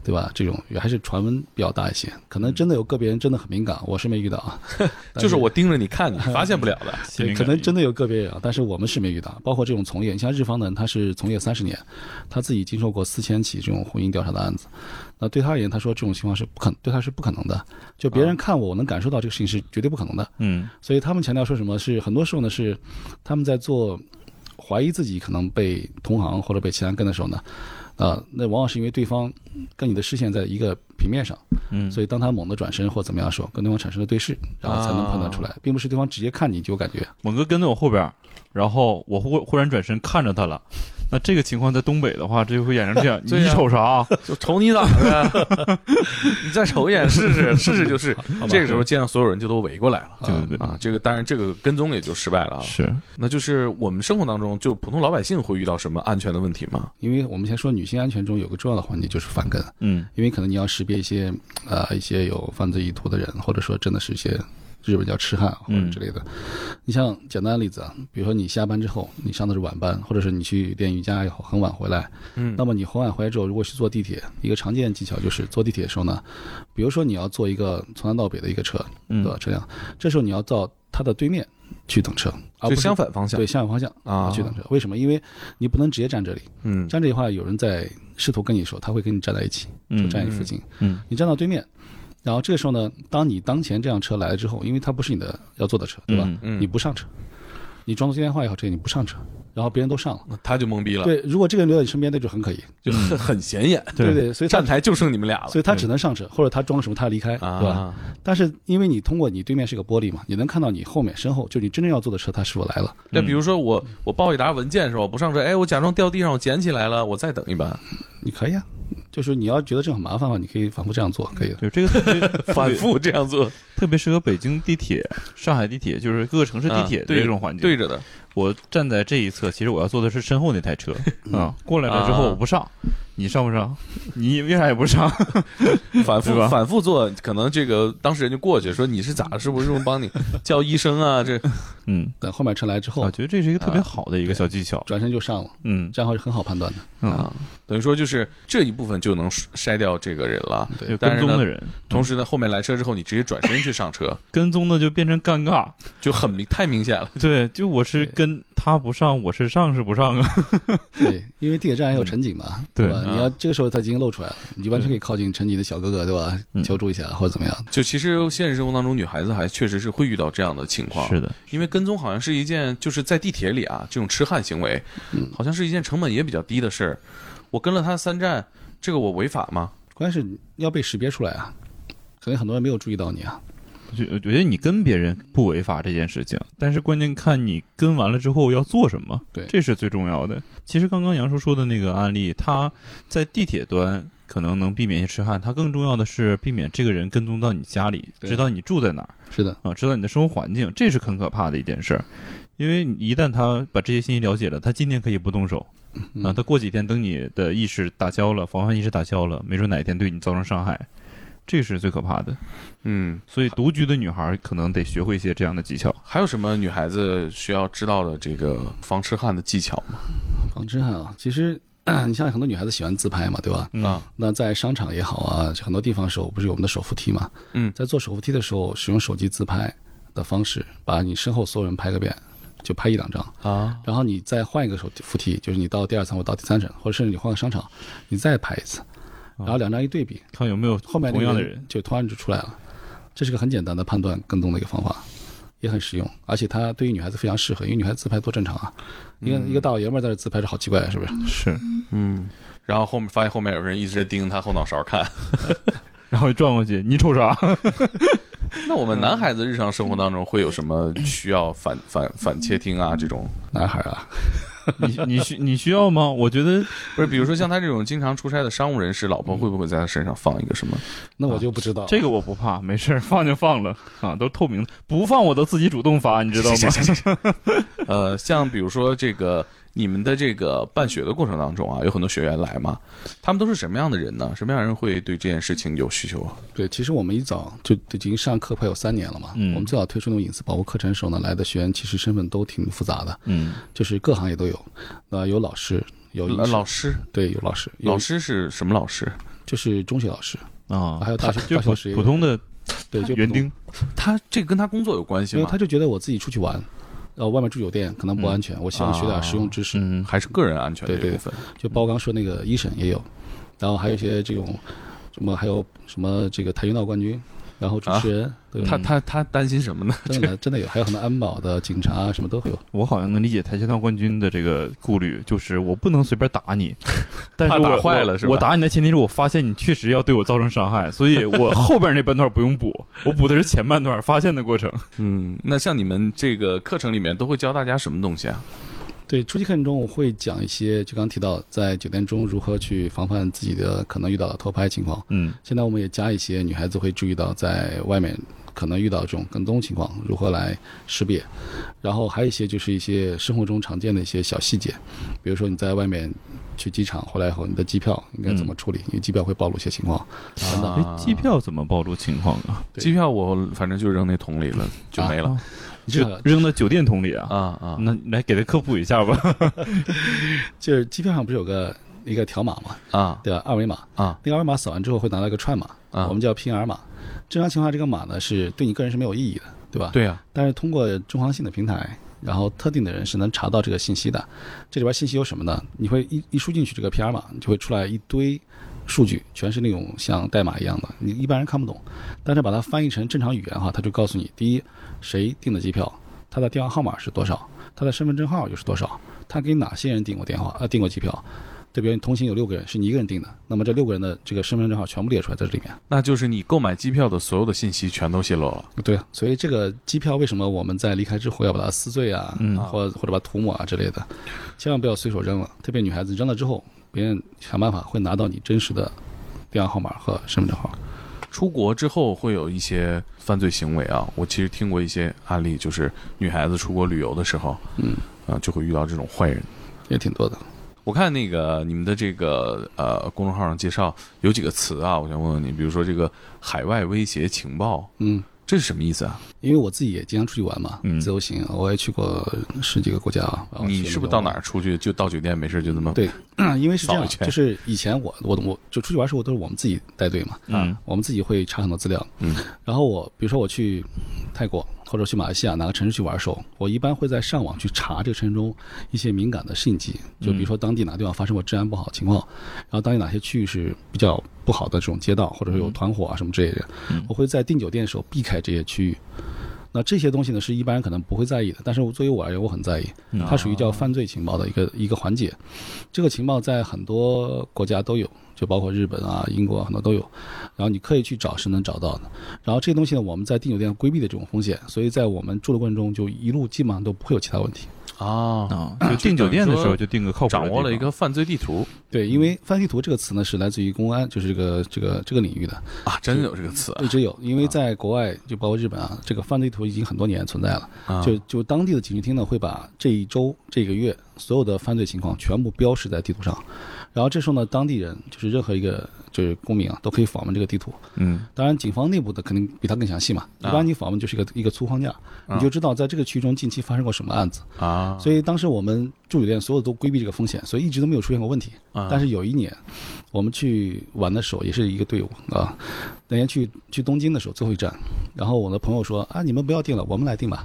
B: 对吧？这种还是传闻比较大一些，可能真的有个别人真的很敏感，我是没遇到啊，但
A: 就是我盯着你 看，你发现不了的。
D: 心
B: 对，
D: 灵
B: 可
D: 感
B: 能
D: 应
B: 真的有个别人啊，但是我们是没遇到。包括这种从业，你像日方呢，他是从业三十年，他自己经受过四千起这种婚姻调查的案子。那对他而言，他说这种情况是不可，对他是不可能的。就别
D: 啊
B: 人看我，我能感受到这个事情是绝对不可能的。
D: 嗯
B: 所以他们强调说什么是很多时候呢是他们在做怀疑自己可能被同行啊或者被其他人跟的时候呢，呃，那往往是因为对方跟你的视线在一个平面上，
D: 嗯，
B: 所以当他猛地转身或怎么样的时候，跟对方产生了对视，然后才能判断
D: 啊
B: 出来，并不是对方直接看你就有感觉。
D: 猛哥跟在我后边儿，然后我忽忽然转身看着他了。那这个情况在东北的话，这就会演成这 样。
A: 对
D: 你
A: 呀
D: 瞅啥？啊
A: 就瞅你咋的？你再瞅一眼试 试，试试就是。这个时候，街上所有人就都围过来了。
D: 对对对
A: 啊，这个当然，这个跟踪也就失败了啊。
D: 是
A: 那就是我们生活当中，就普通老百姓会遇到什么安全的问题吗？
B: 因为我们先说女性安全中有个重要的环节就是反跟，
D: 嗯
B: 因为可能你要识别一些呃一些有犯罪意图的人，或者说真的是一些日本叫痴汉或者之类的。
A: 嗯
B: 你像简单的例子啊，比如说你下班之后，你上的是晚班，或者是你去练瑜伽也好，很晚回来，
A: 嗯
B: 那么你很晚回来之后，如果是坐地铁，一个常见技巧就是坐地铁的时候呢，比如说你要坐一个从南到北的一个车，对吧？
D: 嗯
B: 车辆，这时候你要到它的对面去等车，而
A: 就
B: 啊不是
A: 相反方向
B: 对相反方向。
A: 啊，
B: 去等车，为什么？因为你不能直接站这里，
A: 嗯
B: 站这里的话，有人在试图跟你说，他会跟你站在一起，就
D: 嗯
B: 站你附近。
D: 嗯
B: 你站到对面，然后这个时候呢，当你当前这辆车来了之后，因为它不是你的要坐的车，对吧？
D: 嗯
A: 嗯，
B: 你不上车，你装作接电话也好，这些你不上车，然后别人都上了。
A: 他就懵逼了，
B: 对，如果这个人留在你身边，那就很可疑，
A: 就很很显眼。
B: 对对，所以他
A: 站台就剩你们俩了，
B: 所以他只能上车，或者他装什么他离开，对吧？
A: 啊，
B: 但是因为你通过你对面是个玻璃嘛，你能看到你后面身后，就你真正要坐的车，他是否来了？
A: 那
D: 嗯
A: 比如说我我报一沓文件是吧？我不上车，哎，我假装掉地上，我捡起来了，我再等一 班，
B: 你可以啊，就是你要觉得这很麻烦的话，你可以反复这样做，可以的。
D: 对，这个特别
A: 反复这样做，
D: 特别适合北京地铁、上海地铁，就是各个城市地铁
A: 啊
D: 的
A: 对
D: 这种环境。
A: 对着的，
D: 我站在这一侧，其实我要坐的是身后那台车啊。过来了之后，
A: 啊
D: 我不上，你上不上？你为啥也不上？
A: 反
D: 对
A: 复
D: 吧
A: 反复做，可能这个当事人就过去说你是咋了？是不是我帮 你叫医生啊？这
D: 嗯，
B: 等后面车来之后
D: 我，觉得这是一个特别好的一个小技巧。
B: 转身就上了，
D: 嗯
B: 这样会很好判断的。
D: 嗯，
A: 啊，等于说就是这一部分就能筛掉这个人了。
D: 有
B: 对，
A: 但
D: 跟
A: 是呢
D: 踪的人，
A: 同时呢，后面来车之后，你直接转身去上车，
D: 跟踪的就变成尴尬。
A: 就很明太明显了。
D: 对，就我是
B: 对
D: 跟他不上，我是上是不上啊？
B: 对，因为地铁站还有乘警嘛，
D: 对嗯
B: 吧？
A: 啊
B: 你要这个时候他已经露出来了，你完全可以靠近乘警的小哥哥，对吧
D: 嗯？
B: 求助一下或者怎么样。
A: 就其实现实生活当中，女孩子还确实是会遇到这样的情况，
D: 是的，
A: 因为跟踪好像是一件就是在地铁里啊这种痴汉行为，好像是一件成本也比较低的事儿。我跟了他三站，这个我违法吗？
B: 关键是要被识别出来啊，可能很多人没有注意到你啊。
D: 我觉我呃觉得你跟别人不违法这件事情，但是关键看你跟完了之后要做什么，
B: 对
D: 这是最重要的。其实刚刚杨叔说的那个案例，他在地铁端可能能避免一些痴汉，他更重要的是避免这个人跟踪到你家里，
B: 对
D: 知道你住在哪儿
B: 是的，
D: 啊，知道你的生活环境，这是很可怕的一件事儿。因为你一旦他把这些信息了解了，他今天可以不动手
B: 嗯
D: 啊，他过几天等你的意识打消了，防范意识打消了，没准哪一天对你造成伤害，这是最可怕的。
A: 嗯，
D: 所以独居的女孩可能得学会一些这样的技巧。
A: 还有什么女孩子需要知道的这个防痴汉的技巧吗？
B: 防痴汉啊，其实 你像很多女孩子喜欢自拍嘛，对吧？
A: 啊，
B: 那在商场也好啊，很多地方的时候不是有我们的手扶梯嘛？
A: 嗯
B: 在坐手扶梯的时候，使用手机自拍的方式，把你身后所有人拍个遍，就拍一两张，
A: 啊，
B: 然后你再换一个手机扶梯，就是你到第二层或到第三层，或者甚至你换个商场，你再拍一次，然后两张一对比，
D: 看有没有
B: 后面那
D: 啊同
B: 个
D: 样的人。
B: 就突然就出来了。这是个很简单的判断跟踪的一个方法，也很实用，而且它对于女孩子非常适合，因为女孩子自拍多正常啊，一个、
D: 嗯
B: 一个大老爷们儿在这自拍，这好奇怪啊，是不是？
D: 是，
A: 嗯，然后后面发现后面有人一直在盯着他后脑勺看。
D: 然后转过去，你瞅啊啥？
A: 那我们男孩子日常生活当中会有什么需要反反反窃听啊这种？
B: 男孩儿啊，
D: 你你需你需要吗？我觉得
A: 不是，比如说像他这种经常出差的商务人士，老婆会不会在他身上放一个什么？
B: 那我就不知道。
D: 这个我不怕，没事儿，放就放了啊，都透明的，不放我都自己主动发，你知道吗？
A: 呃，像比如说这个你们的这个办学的过程当中啊，有很多学员来嘛，他们都是什么样的人呢？什么样的人会对这件事情有需求啊？
B: 对，其实我们一早就就已经上课快有三年了嘛。
D: 嗯
B: 我们最早推出那种隐私保护课程的时候呢，来的学员其实身份都挺复杂的，
D: 嗯，
B: 就是各行业都有。那有老师，有医
A: 呃
B: 生
A: 老师，
B: 对，有老师，有
A: 老师是什么老师？
B: 就是中学老师，
D: 啊，
B: 还有大学
D: 就
B: 大学
D: 普
B: 老师也有
D: 普通的
B: 对，就
D: 园
B: 普通，
D: 丁，
A: 他这个跟他工作有关系
B: 因为
A: 吗？
B: 他就觉得我自己出去玩，呃，外面住酒店可能不
A: 嗯
B: 安全，我希望学
A: 啊
B: 点实用知识。
D: 嗯，
A: 还是个人安全这
B: 对对
A: 部分
B: 就包括刚说那个医生也有，然后还有一些这种什么，还有什么这个跆拳道冠军，然后主持人，对
A: 啊他他他担心什么呢？
B: 真的真的有，还有很多安保的、警察啊，什么都会有。
D: 我好像能理解跆拳道冠军的这个顾虑，就是我不能随便 打你，但是
A: 怕
D: 我
A: 打坏了
D: 我
A: 是吧
D: 我打你的前提是我发现你确实要对我造成伤害，所以我后边那半段不用补，我补的是前半段发现的过程。
A: 嗯，那像你们这个课程里面都会教大家什么东西啊？
B: 对，初级课程中我会讲一些，就刚提到在酒店中如何去防范自己的可能遇到的偷拍情况。
D: 嗯，
B: 现在我们也加一些女孩子会注意到在外面可能遇到这种跟踪情况，如何来识别。然后还有一些就是一些生活中常见的一些小细节，比如说你在外面去机场回来后，你的机票应该
A: 嗯
B: 怎么处理？因为机票会暴露一些情况。
D: 哎，
B: 啊
D: 机票怎么暴露情况啊？
B: 对
A: 啊机票我反正就扔那桶里了，
B: 啊
A: 就没了
B: 这
D: 就扔到酒店桶里啊？
A: 啊啊！
D: 那来给他科普一下吧。
B: 就是机票上不是有个一个条码嘛，
A: 啊
B: 对吧？二维码
A: 啊，
B: 那个二维码扫完之后会拿到一个串码，
A: 啊
B: 嗯我们叫 PR 码。正常情况下，这个码呢是对你个人是没有意义的，对吧？
A: 对啊呀，
B: 但是通过中航信的平台，然后特定的人是能查到这个信息的。这里边信息有什么呢？你会一一输进去这个 PR 码，就会出来一堆数据，全是那种像代码一样的，你一般人看不懂。但是把它翻译成正常语言的话，它就告诉你：第一，谁订的机票，他的电话号码是多少，他的身份证号又是多少，他给哪些人订过电话呃订过机票。对，比如你同行有六个人，是你一个人订的，那么这六个人的这个身份证号全部列出来在这里面。
A: 那就是你购买机票的所有的信息全都泄露了。
B: 对啊，所以这个机票为什么我们在离开之后要把它撕碎啊，
D: 嗯
B: 或或者把它涂抹啊之类的，千万不要随手扔了。特别女孩子扔了之后，别人想办法会拿到你真实的电话号码和身份证号。
A: 出国之后会有一些犯罪行为啊，我其实听过一些案例，就是女孩子出国旅游的时候，
B: 嗯，
A: 啊、就会遇到这种坏人。
B: 也挺多的。
A: 我看那个你们的这个呃公众号上介绍有几个词啊，我想问问你，比如说这个海外威胁情报，
B: 嗯，
A: 这是什么意思啊？
B: 因为我自己也经常出去玩嘛，
D: 嗯
B: 自由行，我也去过十几个国家啊。然后去
A: 你是不是到哪儿出去就到酒店没事就这么
B: 对因为是
A: 扫
B: 这样，
A: 一圈
B: 就是以前我我我就出去玩的时候都是我们自己带队嘛，
D: 嗯
B: 我们自己会查很多资料，
A: 嗯，
B: 然后我比如说我去泰国或者去马来西亚哪个城市去玩的时候，我一般会在上网去查这个城市中一些敏感的信息，
D: 嗯
B: 就比如说当地哪个地方发生过治安不好的情况，然后当地哪些区域是比较不好的这种街道，或者是有团伙啊什么之类的，
D: 嗯
B: 我会在订酒店的时候避开这些区域。那这些东西呢，是一般人可能不会在意的，但是作为我而言，我很在意。
D: 嗯
B: 它属于叫犯罪情报的一个一个环节。这个情报在很多国家都有，就包括日本啊、英国啊，很多都有。然后你刻意去找是能找到的。然后这些东西呢，我们在订酒店规避的这种风险，所以在我们住的过程中，就一路基本上都不会有其他问题。
A: 啊？
B: 哦
D: 啊，就订酒店的时候就订个靠谱的地
A: 掌
D: 方，
A: 握了一个犯罪地图
B: 对，因为犯罪图这个词呢，是来自于公安，就是这个这个这个领域的。
A: 啊，真有这个词
B: 一直有，因为在国外就包括日本啊，这个犯罪图已经很多年存在了。
A: 啊！
B: 就就当地的警视厅呢，会把这一周、这个月所有的犯罪情况全部标示在地图上，然后这时候呢，当地人就是任何一个就是公民啊，都可以访问这个地图。
D: 嗯
B: 当然，警方内部的肯定比它更详细嘛。一
A: 啊
B: 般你访问就是一个一个粗框架，你就知道在这个区中近期发生过什么案子。
A: 啊，
B: 所以当时我们住酒店所有都规避这个风险，所以一直都没有出现过问题。
A: 啊
B: 但是有一年，我们去玩的时候也是一个队伍啊，那年去去东京的时候最后一站，然后我的朋友说啊，你们不要订了，我们来订吧。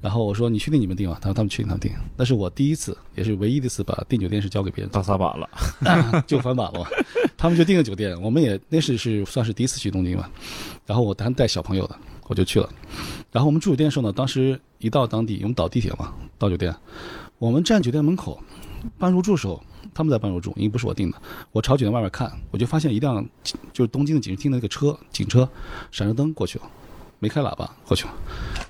B: 然后我说你确定你们订吗？他说他们确定他们订。那是我第一次，也是唯一的一次把订酒店是交给别人
D: 大撒把了，
B: 就翻版了嘛。他们就订了酒店，我们也那是是算是第一次去东京嘛。然后我当时带小朋友的，我就去了。然后我们住酒店的时候呢，当时一到当地，我们倒地铁嘛，到酒店，我们站酒店门口办入住的时候，他们在办入住，因为不是我订的，我朝酒店外面看，我就发现一辆就是东京的警视厅的那个车，警车闪着灯过去了，没开喇叭过去了。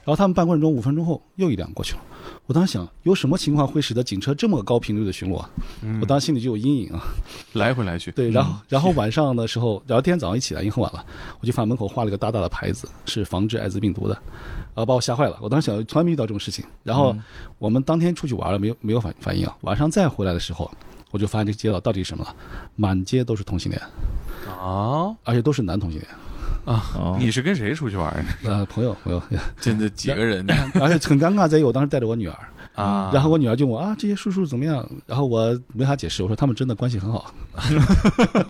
B: 然后他们办过程中五分钟后又一辆过去了。我当时想，有什么情况会使得警车这么高频率的巡逻啊？我当时心里就有阴影啊。
A: 来回来去，
B: 对，然后然后晚上的时候，然后第二天早上一起来已经很晚了，我就发现门口画了一个大大的牌子，是防治艾滋病毒的，然后把我吓坏了。我当时想，从来没遇到这种事情。然后我们当天出去玩了，没有没有反反应啊。晚上再回来的时候，我就发现这个街道到底是什么了，满街都是同性恋，
A: 啊
B: 而且都是男同性恋。
D: 哦
A: 啊！你是跟谁出去玩呢？
B: 呃，朋友朋 友，
A: 真的几个 人
B: 而且很尴尬，在于我当时带着我女儿，
A: 啊？
B: 然后我女儿就问我啊，这些叔叔怎么样？然后我没法解释，我说他们真的关系很好，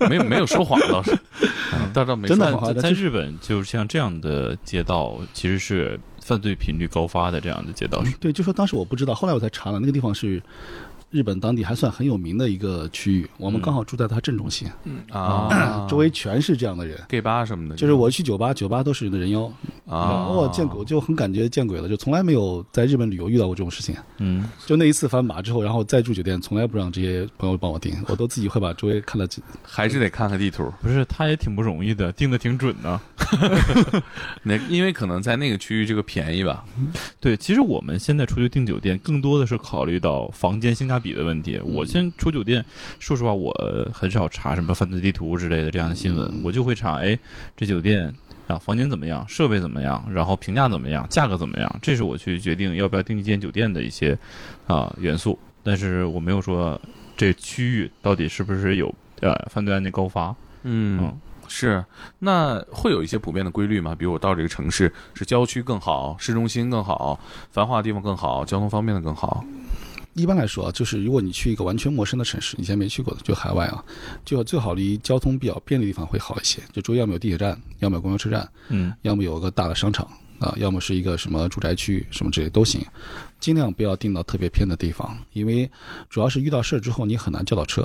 A: 没有没有说谎倒是，啊倒倒没说
B: 真的很
A: 谎
B: 好。
D: 在
B: 但
D: 在
B: 是
D: 日本，就是像这样的街道，其实是犯罪频率高发的这样的街道是。
B: 对，就说当时我不知道，后来我才查了，那个地方是日本当地还算很有名的一个区域，我们刚好住在它正中心，
A: 啊，
B: 嗯周围全是这样的人。
A: gay 吧什么的，
B: 就是我去酒吧，酒吧都是人妖，
A: 啊，
B: 我见鬼，我就很感觉见鬼了，就从来没有在日本旅游遇到过这种事情。
D: 嗯，
B: 就那一次翻马之后，然后再住酒店，从来不让这些朋友帮我订，我都自己会把周围看的
A: 还是得看看地图。
D: 不是，他也挺不容易的，定的挺准的。
A: 那因为可能在那个区域这个便宜吧，
D: 对，其实我们现在出去订酒店，更多的是考虑到房间性价比的问题。
B: 嗯
D: 我先出酒店，说实话，我很少查什么犯罪地图之类的这样的新
B: 嗯
D: 闻，我就会查，哎，这酒店啊，房间怎么样，设备怎么样，然后评价怎么样，价格怎么样，这是我去决定要不要订一间酒店的一些啊元素。但是我没有说这区域到底是不是有呃犯罪案件高发。
A: 嗯
D: 嗯。
A: 是，那会有一些普遍的规律吗？比如我到这个城市是郊区更好，市中心更好，繁华的地方更好，交通方便的更 好。
B: 一般来说啊，就是如果你去一个完全陌生的城市，以前没去过的，就海外啊，就最好离交通比较便利的地方会好一些。就周围要么有地铁站，要么有公交车站，
D: 嗯，
B: 要么有个大的商场啊、要么是一个什么住宅区什么之类都行。尽量不要定到特别偏的地方，因为主要是遇到事儿之后你很难叫到车，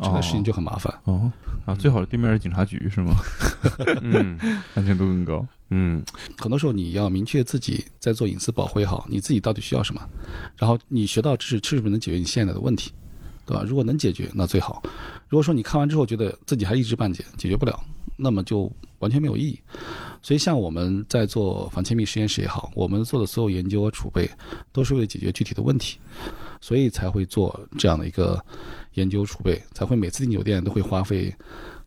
B: 这个事情就很麻烦。
D: 哦啊，最好对面是警察局是吗？
A: 嗯
D: 安全度更高。
A: 嗯，
B: 很多时候你要明确自己在做隐私保护也好，你自己到底需要什么，然后你学到知识，是不是能解决你现在的问题，对吧？如果能解决，那最好；如果说你看完之后觉得自己还一知半解，解决不了，那么就完全没有意义。所以，像我们在做反窃密实验室也好，我们做的所有研究和储备，都是为了解决具体的问题，所以才会做这样的一个研究储备，才会每次订酒店都会花费。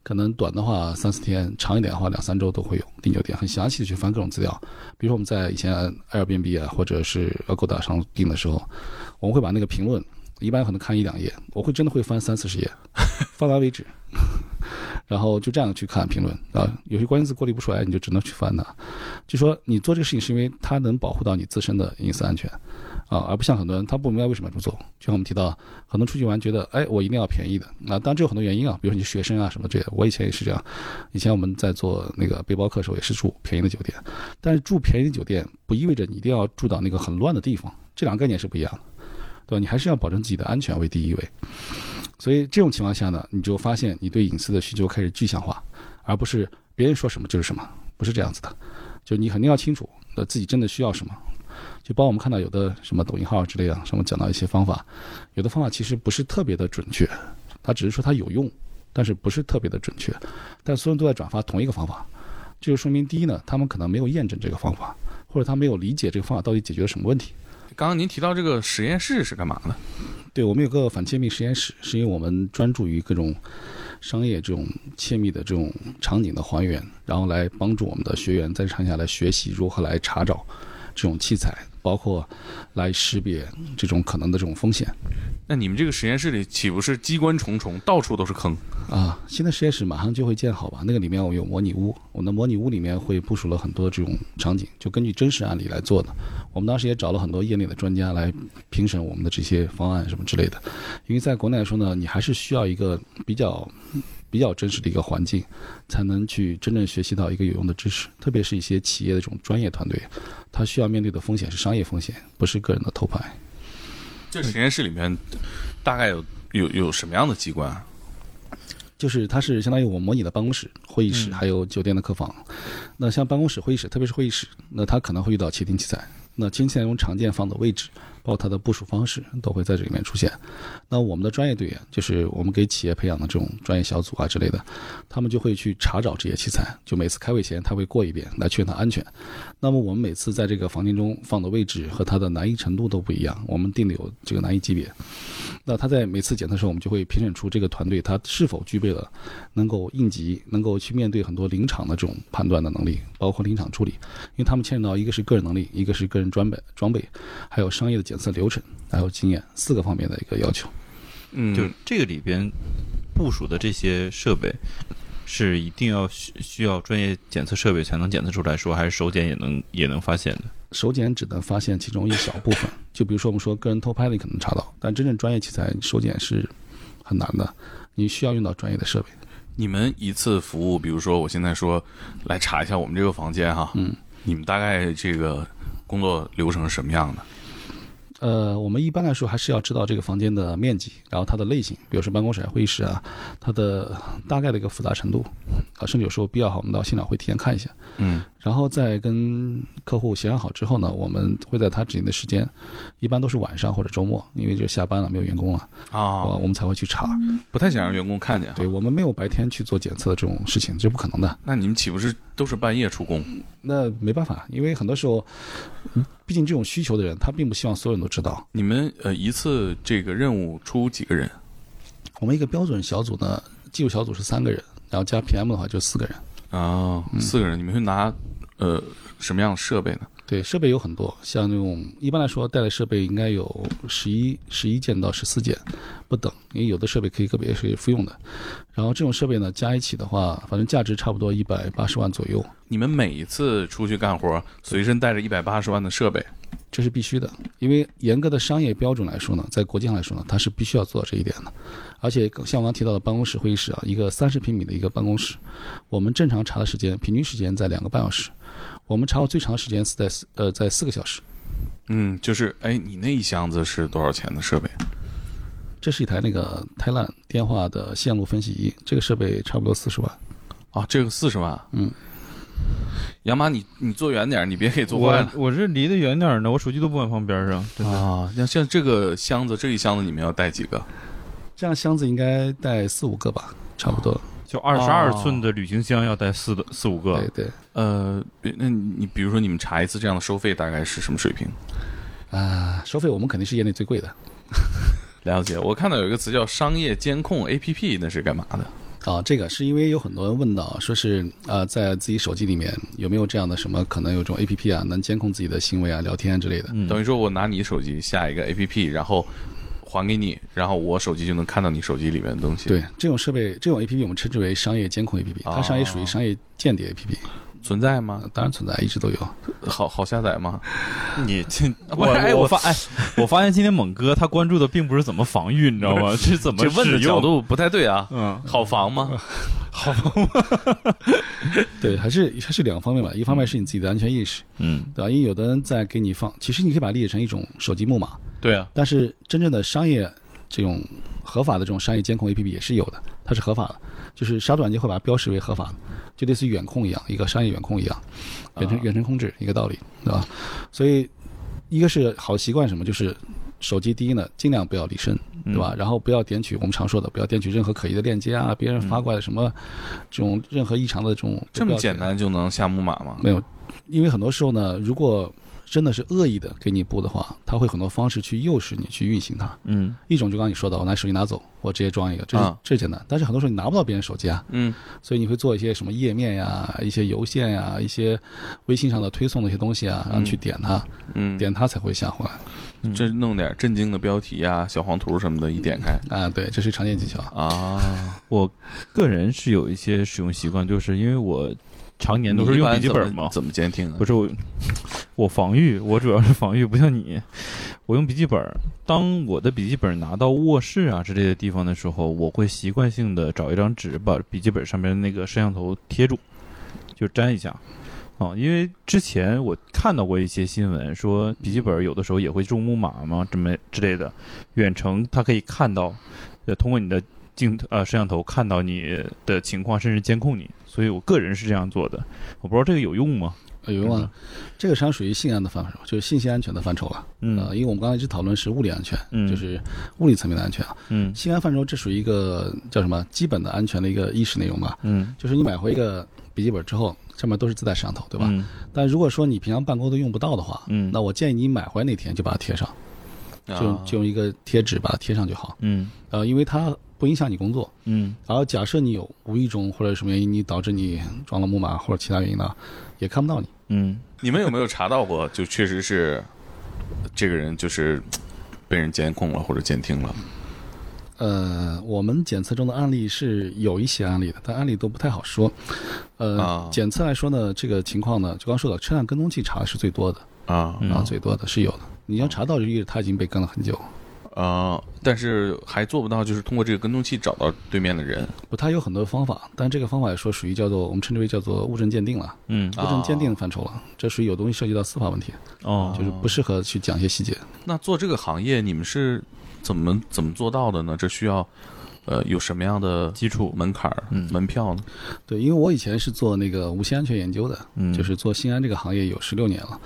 B: 可能短的话三四天，长一点的话两三周都会有订酒店，很详细的去翻各种资料。比如说我们在以前 Airbnb 啊，或者是 Agoda 上订的时候，我们会把那个评论，一般可能看一两页，我会真的会翻三四十页，翻完为止，然后就这样去看评论啊。有些关键字过滤不出哎来，你就只能去翻它。就说你做这个事情是因为它能保护到你自身的隐私安全啊，而不像很多人他不明白为什么要这么做。就像我们提到，很多出去玩觉得，哎，我一定要便宜的。那、当然这有很多原因啊，比如说你是学生啊什么之类的。我以前也是这样，以前我们在做那个背包客的时候也是住便宜的酒店，但是住便宜的酒店不意味着你一定要住到那个很乱的地方，这两个概念是不一样的，对吧？你还是要保证自己的安全为第一位。所以这种情况下呢，你就发现你对隐私的需求开始具象化，而不是别人说什么就是什么，不是这样子的。就你肯定要清楚，呃，自己真的需要什么。就包括我们看到有的什么抖音号之类的，啊什么讲到一些方法，有的方法其实不是特别的准确，它只是说它有用，但是不是特别的准确。但所有人都在转发同一个方法，这就说明第一呢，他们可能没有验证这个方法，或者他没有理解这个方法到底解决了什么问题。
A: 刚刚您提到这个实验室是干嘛的？
B: 对我们有个反窃密实验室，是因为我们专注于各种商业这种窃密的这种场景的还原，然后来帮助我们的学员在这场景下来学习如何来查找这种器材，包括来识别这种可能的这种风险。
A: 那你们这个实验室里岂不是机关重重，到处都是坑？
B: 啊，新的实验室马上就会建好吧？那个里面我有模拟屋，我们的模拟屋里面会部署了很多这种场景，就根据真实案例来做的。我们当时也找了很多业内的专家来评审我们的这些方案什么之类的，因为在国内来说呢，你还是需要一个比较。比较真实的一个环境，才能去真正学习到一个有用的知识，特别是一些企业的这种专业团队，他需要面对的风险是商业风险，不是个人的偷拍。
A: 这实验室里面大概有有有什么样的机关啊？
B: 就是它是相当于我模拟的办公室、会议室，
A: 嗯
B: 还有酒店的客房。那像办公室、会议室，特别是会议室，那它可能会遇到窃听器材。那窃听器材中常见放的位置，包括它的部署方式，都会在这里面出现。那我们的专业队员，啊就是我们给企业培养的这种专业小组啊之类的，他们就会去查找这些器材。就每次开会前，他会过一遍来确认它安全。那么我们每次在这个房间中放的位置和它的难易程度都不一样，我们定的有这个难易级别。那他在每次检测的时候，我们就会评审出这个团队他是否具备了能够应急、能够去面对很多临场的这种判断的能力，包括临场处理，因为他们牵扯到一个是个人能力，一个是个人装备、装备，还有商业的检测流程，还有经验四个方面的一个要求。
A: 嗯
D: 就这个里边部署的这些设备，是一定要需需要专业检测设备才能检测出来说，还是手检也能也能发现的？
B: 手检只能发现其中一小部分，就比如说我们说个人偷拍的可能查到，但真正专业器材手检是很难的，你需要用到专业的设备。
A: 你们一次服务，比如说我现在说来查一下我们这个房间哈，嗯，你们大概这个工作流程是什么样的？
B: 呃，我们一般来说还是要知道这个房间的面积，然后它的类型，比如说办公室啊、会议室啊，它的大概的一个复杂程度，啊，甚至有时候必要的话，我们到现场会提前看一下。
A: 嗯
B: 然后再跟客户协商好之后呢，我们会在他指定的时间，一般都是晚上或者周末，因为就下班了没有员工了，啊，
A: 啊，
B: 我们才会去查。
A: 不太想让员工看见。啊
B: 对我们没有白天去做检测的这种事情，这不可能的。
A: 那你们岂不是都是半夜出工？
B: 那没办法，因为很多时候，嗯毕竟这种需求的人，他并不希望所有人都知道。
A: 你们呃一次这个任务出几个人？
B: 我们一个标准小组呢，技术小组是三个人，然后加 PM 的话就四个人。
A: 啊，四个人，你们会拿呃什么样的设备呢？
B: 对，设备有很多，像那种一般来说带的设备应该有十一、十一件到十四件不等，因为有的设备可以个别是复用的。然后这种设备呢，加一起的话，反正价值差不多一百八十万左右，
A: 你们每一次出去干活，随身带着一百八十万的设备，
B: 这是必须的。因为严格的商业标准来说呢，在国际上来说呢，它是必须要做到这一点的。而且像我刚提到的办公室会议室啊，一个三十平米的一个办公室，我们正常查的时间平均时间在两个半小时，我们查过最长的时间是在四呃在四个小时。
A: 嗯，就是哎，你那一箱子是多少钱的设备？
B: 这是一台那个泰烂电话的线路分析仪，这个设备差不多四十万。
A: 啊，这个四十万。
B: 嗯，
A: 杨妈，你你坐远点儿，你别给坐坏
D: 我
A: 了。
D: 我这离得远点儿呢，我手机都不往旁边上，真的。
A: 啊，像像这个箱子，这一箱子你们要带几个？
B: 这样箱子应该带四五个吧，差不多。
D: 就二十二寸的旅行箱要带四的四五
B: 对
D: 个，
B: 对，
A: 呃，比那你你比如说你们查一次这样的收费大概是什么水平？
B: 啊，收费我们肯定是业内最贵的
A: 了解，我看到有一个词叫商业监控 APP，那是干嘛的？
B: 啊。这个是因为有很多人问到，说是啊，在自己手机里面有没有这样的什么可能有种 A P P 啊，能监控自己的行为啊、聊天啊之类的。
D: 嗯
A: 等于说我拿你手机下一个 APP，然后还给你，然后我手机就能看到你手机里面的东西。，
B: 对，这种设备，这种 A P P 我们称之为商业监控 A P P，它商业属于商业间谍 A P P，
A: 存在吗？
B: 当然存在，一直都有。
A: 好好下载吗？
D: 你这
A: 我
D: 我
A: 哎我
D: 我发哎，我发现今天猛哥他关注的并不是怎么防御，你知道 吗？是怎么
A: 这问的
D: 使用
A: 角，度不太对啊。
D: 嗯，
A: 好防 吗？
B: 对，还是还是两方面吧，一方面是你自己的安全意识，
D: 嗯，
B: 对吧？因为有的人在给你放，其实你可以把它理解成一种手机木马，
A: 对啊，
B: 但是真正的商业这种合法的这种商业监控 APP 也是有的，它是合法的，就是杀毒软件会把它标识为合法的，就类似于远控一样，一个商业远控一样，
A: 啊
B: 远程远程控制一个道理，对吧？所以一个是好习惯什么，就是手机第一呢，尽量不要离身，
A: 嗯
B: 对吧？然后不要点取我们常说的，不要点取任何可疑的链接啊，别人发过来的什么这种任何异常的这种
A: 嗯这么简单就能下木马吗？
B: 没有，因为很多时候呢，如果真的是恶意的给你布的话，他会很多方式去诱使你去运行它。
D: 嗯，
B: 一种就刚刚你说的，我拿手机拿走，我直接装一个，这是、
A: 啊
B: 这是简单。但是很多时候你拿不到别人手机啊，
A: 嗯，
B: 所以你会做一些什么页面呀、一些邮件呀、一些微信上的推送的一些东西啊，然后去点它，
A: 嗯，
B: 点它才会下回
D: 嗯
A: 这弄点震惊的标题呀、小黄图什么的，一点开
B: 来啊。对，这是常见技巧。
A: 啊，
D: 我个人是有一些使用习惯，就是因为我常年都是用笔记本嘛
A: 你一般怎么，怎么监听啊
D: 不？是我，我防御，我主要是防御，不像你，我用笔记本儿。当我的笔记本拿到卧室啊之类的地方的时候，我会习惯性的找一张纸，把笔记本上面那个摄像头贴住，就粘一下。啊，因为之前我看到过一些新闻，说笔记本有的时候也会中木马嘛，这么之类的，远程它可以看到，呃，通过你的镜头呃摄像头看到你的情况，甚至监控你。所以我个人是这样做的，我不知道这个有用吗？嗯
B: 呃有用啊，这个实际上属于性安的范畴，就是信息安全的范畴了、
D: 嗯
B: 啊。因为我们刚才一直讨论是物理安全，
D: 嗯
B: 就是物理层面的安全啊。
D: 嗯
B: 性安范畴这属于一个叫什么基本的安全的一个意识内容吧，
D: 嗯，
B: 就是你买回一个笔记本之后，上面都是自带摄像头，对
D: 对
B: 吧？
D: 嗯
B: 但如果说你平常办公都用不到的话，
D: 嗯啊
B: 那我建议你买回来那天就把它贴上，就
A: 啊
B: 用就用一个贴纸把它贴上就好。
D: 嗯
B: 呃，因为它不影响你工作。
D: 嗯
B: 然后假设你有无意中或者什么原因，你导致你装了木马或者其他原因呢，也看不到你。
D: 嗯，
A: 你们有没有查到过？就确实是这个人就是被人监控了或者监听了。
B: 呃，我们检测中的案例是有一些案例的，但案例都不太好说。呃，
A: 啊
B: 检测来说呢，这个情况呢，就刚说到车辆跟踪器查的是最多的，
A: 啊
D: 嗯
B: 啊，最多的是有的。你要查到就意味着它已经被跟了很久，
A: 呃，但是还做不到就是通过这个跟踪器找到对面的人。
B: 不，它有很多方法，但这个方法说属于叫做我们称之为叫做物证鉴定了，
C: 嗯
B: 物证鉴定范畴了，这属于有东西涉及到司法问题，
D: 啊
C: 哦
B: 就是不适合去讲一些细节。
A: 那做这个行业，你们是怎么怎么做到的呢？这需要呃有什么样的
C: 基础
A: 门槛儿、
C: 嗯
A: 门票呢？
B: 对，因为我以前是做那个无线安全研究的，
C: 嗯
B: 就是做新安这个行业有十六年了，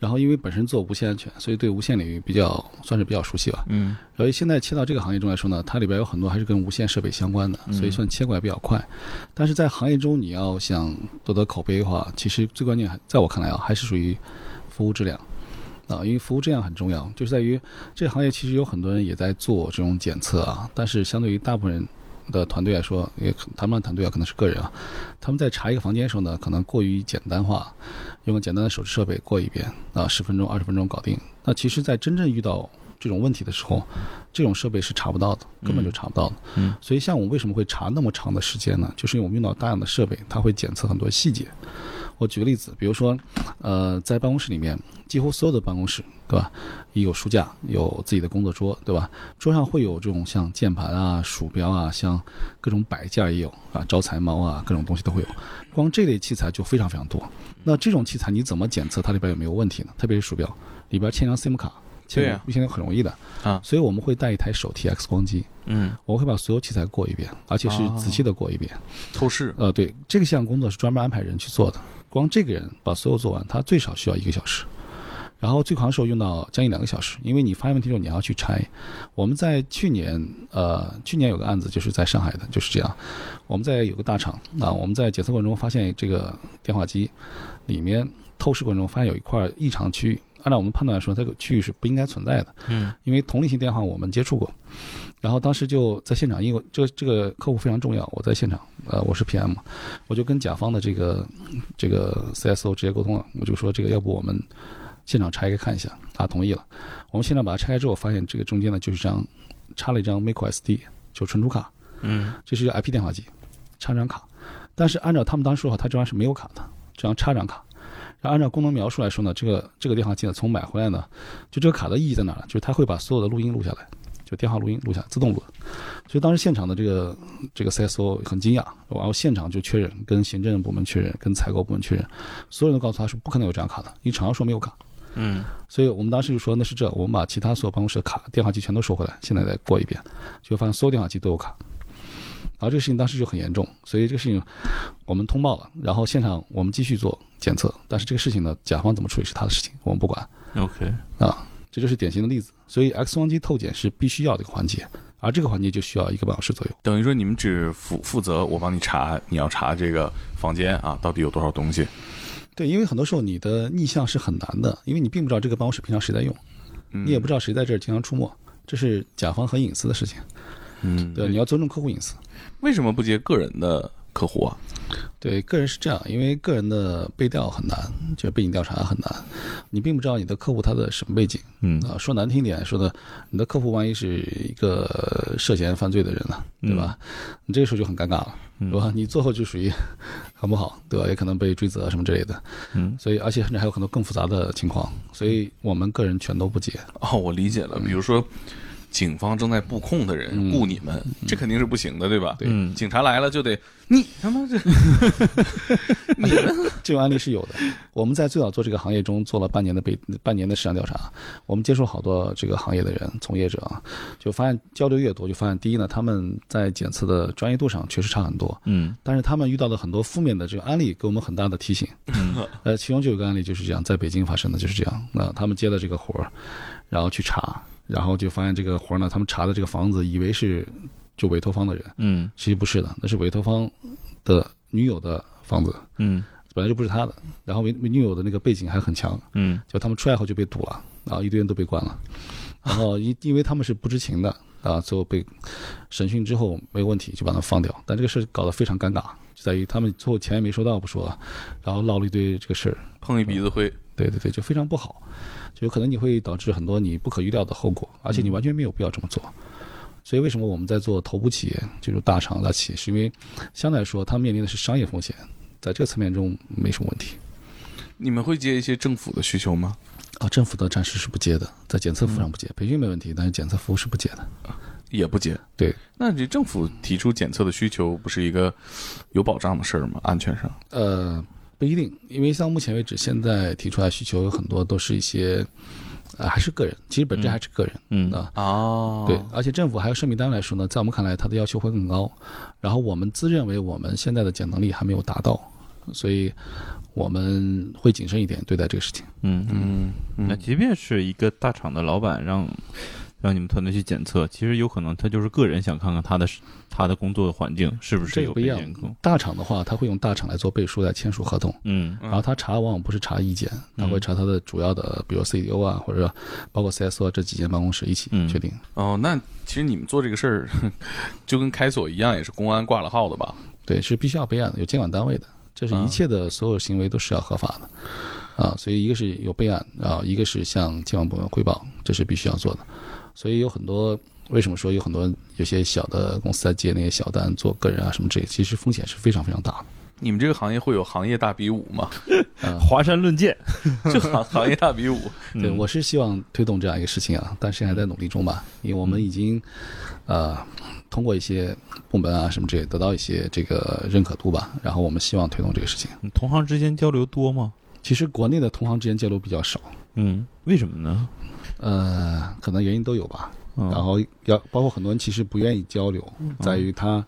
B: 然后因为本身做无线安全，所以对无线领域比较算是比较熟悉吧。
C: 嗯
B: 然后现在切到这个行业中来说呢，它里边有很多还是跟无线设备相关的，所以算切过来比较快。但是在行业中，你要想夺得口碑的话，其实最关键还在我看来啊，还是属于服务质量。啊，因为服务质量很重要，就是在于这个行业其实有很多人也在做这种检测啊，但是相对于大部分人的团队来说，也可谈不上团队啊，可能是个人啊，他们在查一个房间的时候呢，可能过于简单化，用个简单的手持设备过一遍啊，十分钟、二十分钟搞定。那其实，在真正遇到这种问题的时候，这种设备是查不到的，根本就查不到的。
C: 嗯
B: 所以像我为什么会查那么长的时间呢？就是因为我们用到大量的设备，它会检测很多细节。我举个例子，比如说，呃，在办公室里面，几乎所有的办公室，对吧？有书架，有自己的工作桌，对吧？桌上会有这种像键盘啊、鼠标啊，像各种摆件儿也有啊，招财猫啊，各种东西都会有。光这类器材就非常非常多。那这种器材你怎么检测它里边有没有问题呢？特别是鼠标里边嵌张 SIM 卡，
A: 对
B: 嵌
A: 啊
B: 现在很容易的
A: 啊
B: 所以我们会带一台手提 X 光机，
C: 嗯
B: 我会把所有器材过一遍，而且是仔细的过一遍。
A: 透视
B: 呃，对，这个项工作是专门安排人去做的，光这个人把所有做完，他最少需要一个小时。然后最长的时候用到将近两个小时，因为你发现问题之后你还要去拆。我们在去年，呃，去年有个案子就是在上海的，就是这样。我们在有个大厂啊，我们在检测过程中发现这个电话机里面透视过程中发现有一块异常区域，按照我们判断来说，这个区域是不应该存在的。
C: 嗯
B: 因为同类型电话我们接触过，然后当时就在现场，因为这这个客户非常重要，我在现场，呃，我是 PM，嘛我就跟甲方的这个这个 CSO 直接沟通了，我就说这个要不我们现场拆开看一下，他同意了。我们现场把它拆开之后，发现这个中间呢就是一张插了一张 micro SD，就存储卡，
C: 嗯
B: 这是一个 IP 电话机，插张卡。但是按照他们当时说法，它这玩意儿是没有卡的，这张插张卡。然后按照功能描述来说呢，这个这个电话机呢，从买回来呢，就这个卡的意义在哪儿呢？就是它会把所有的录音录下来，就电话录音录下来，自动录。所以当时现场的这个这个 CSO 很惊讶，然后现场就确认，跟行政部门确认，跟采购部门确认，所有人都告诉他是不可能有这张卡的，因为厂商说没有卡。
C: 嗯
B: 所以我们当时就说那是这，我们把其他所有办公室的卡、电话机全都收回来，现在再过一遍，就发现所有电话机都有卡。然后这个事情当时就很严重，所以这个事情我们通报了，然后现场我们继续做检测，但是这个事情呢，甲方怎么处理是他的事情，我们不管。
C: ，OK，
B: 啊，这就是典型的例子。所以 X 光机透检是必须要的一个环节，而这个环节就需要一个半小时左右。
A: 等于说你们只负负责我帮你查，你要查这个房间啊到底有多少东西。
B: 对，因为很多时候你的逆向是很难的，因为你并不知道这个办公室平常谁在用，
A: 嗯
B: 你也不知道谁在这儿经常出没，这是甲方很隐私的事情。
A: 嗯，
B: 对，你要尊重客户隐私。
A: 为什么不接个人的客户啊？
B: 对，个人是这样，因为个人的背调很难，就是背景调查很难，你并不知道你的客户他的什么背景。
C: 嗯
B: 啊，说难听点，说的你的客户万一是一个涉嫌犯罪的人呢、对吧？你这个时候就很尴尬了，对吧？你最后就属于 很不好，对吧？也可能被追责什么之类的。
C: 嗯，
B: 所以而且甚至还有很多更复杂的情况，所以我们个人全都不接。
A: 哦，我理解了。比如说，警方正在布控的人雇你们，这肯定是不行的，对吧？对
C: 嗯
A: 警察来了就得你他妈这
B: 这种案例是有的。我们在最早做这个行业中做了半年的被半年的市场调查，我们接触好多这个行业的人从业者啊，就发现交流越多，就发现第一呢，他们在检测的专业度上确实差很多，
C: 嗯
B: 但是他们遇到的很多负面的这个案例给我们很大的提醒。呃，其中就有个案例就是这样，在北京发生的就是这样。那他们接了这个活儿，然后去查，然后就发现这个活儿呢，他们查的这个房子以为是就委托方的人，
C: 嗯
B: 其实不是的，那是委托方的女友的房子。
C: 嗯
B: 本来就不是他的，然后美美女友的那个背景还很强，
C: 嗯
B: 就他们出来后就被堵了，然后一堆人都被关了，然后因因为他们是不知情的啊，最后被审讯之后没问题就把他们放掉，但这个事儿搞得非常尴尬，就在于他们最后钱也没收到不说，然后闹了一堆这个事儿，
A: 碰一鼻子灰。
B: 对对对，就非常不好，就有可能你会导致很多你不可预料的后果，而且你完全没有必要这么做。所以为什么我们在做头部企业，就是大厂大企业，是因为相对来说，它面临的是商业风险，在这个层面中没什么问题。
A: 你们会接一些政府的需求吗？
B: 啊，政府的暂时是不接的，在检测服务上不接，培训没问题，但是检测服务是不接的。
A: 也不接。
B: 对，
A: 那这政府提出检测的需求，不是一个有保障的事儿吗？安全上，
B: 呃，不一定，因为像目前为止，现在提出来需求有很多都是一些，呃，还是个人，其实本质还是个人。
C: 嗯
B: 啊
A: 哦
B: 对，而且政府还有设备单位来说呢，在我们看来，它的要求会更高。然后我们自认为我们现在的检能力还没有达到，所以我们会谨慎一点对待这个事情。
C: 嗯嗯。
A: 嗯，
C: 那即便是一个大厂的老板让让你们团队去检测，其实有可能他就是个人想看看他的他的工作环境是不是
B: 这个
C: 有
B: 不
C: 被
B: 一样
C: 监控。
B: 大厂的话，他会用大厂来做背书，来签署合同。
C: 嗯
A: 嗯
B: 然后他查往往不是查意见，他会查他的主要的，比如 CDO 啊，或者包括 CSO 啊这几间办公室一起
C: 嗯
B: 确定。
A: 哦，那其实你们做这个事儿，就跟开锁一样，也是公安挂了号的吧？
B: 对，是必须要备案的，有监管单位的，这是
A: 啊
B: 一切的所有行为都是要合法的，啊，所以一个是有备案，啊，一个是向监管部门汇报，这是必须要做的。所以有很多为什么说有很多有些小的公司在接那些小单做个人啊什么这些，其实风险是非常非常大
A: 你们这个行业会有行业大比武吗？
B: 的。啊，
C: 华山论剑，
A: 就行行业大比武，
C: 嗯
B: 对，我是希望推动这样一个事情啊，但是还在努力中吧，因为我们已经，呃，通过一些部门啊什么之类得到一些这个认可度吧，然后我们希望推动这个事情。
C: 嗯同行之间交流多吗？
B: 其实国内的同行之间交流比较少，
C: 嗯，为什么呢？
B: 呃，可能原因都有吧。
C: 嗯、
B: 然后要包括很多人其实不愿意交流，在于他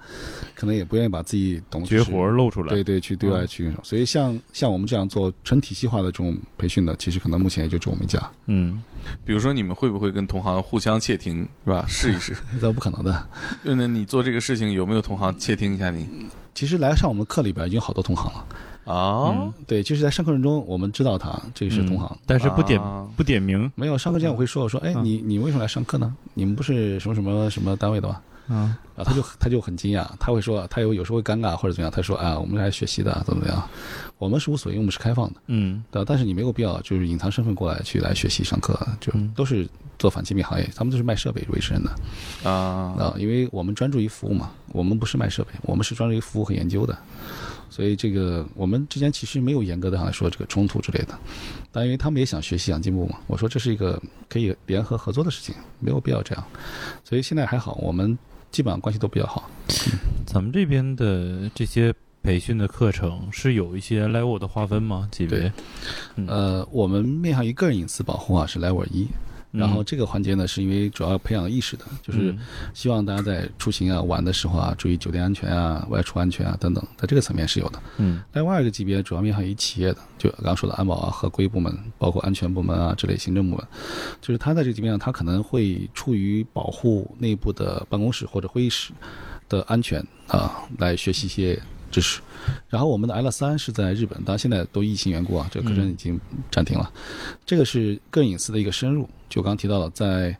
B: 可能也不愿意把自己懂
C: 绝活儿嗯露出来，
B: 对对，去对外去用手。所以像像我们这样做纯体系化的这种培训的，其实可能目前也就只有我们一家，
C: 嗯，
A: 比如说你们会不会跟同行互相窃听，是吧？试一试。
B: 这不可能的。
A: 就那你做这个事情有没有同行窃听一下你？
B: 其实来上我们课里边已经有好多同行了，啊
A: 哦，
B: 对，就是在上课程中我们知道他这是同行。
D: 嗯
C: 但是不点、
A: 啊
C: 不点名，
B: 没有上课之前我会说，我说，哎，你你为什么来上课呢？你们不是什么什么什么单位的吗？
C: 嗯，
B: 然后他就他就很惊讶，他会说，他有有时候会尴尬或者怎么样，他说啊，我们来学习的，怎么怎么样，我们是无所谓，我们是开放的，
C: 嗯
B: 对吧？但是你没有必要就是隐藏身份过来去来学习上课，就
C: 嗯
B: 都是做反欺骗行业，他们都是卖设备为生的
A: 啊，
B: 啊，因为我们专注于服务嘛，我们不是卖设备，我们是专注于服务和研究的，所以这个我们之间其实没有严格的来说这个冲突之类的，但因为他们也想学习想进步嘛，我说这是一个可以联合合作的事情，没有必要这样，所以现在还好，我们基本上关系都比较好。
C: 咱们这边的这些培训的课程是有一些 level 的划分吗？几位
B: 对？呃，我们面向于个人隐私保护啊是 Level 一，
C: 嗯
B: 然后这个环节呢是因为主要培养意识的，就是
C: 嗯
B: 希望大家在出行啊、玩的时候啊，注意酒店安全啊、外出安全啊等等，在这个层面是有的。
C: 嗯
B: 另外一个级别主要面向于企业的，就刚刚说的安保啊、合规部门，包括安全部门啊之类行政部门，就是他在这个级别上，他可能会出于保护内部的办公室或者会议室的安全啊，来学习一些知识。然后我们的 L 三是在日本，当然现在都疫情缘故啊，这个课程已经暂停了。这个是个人隐私的一个深入，就刚刚提到了，在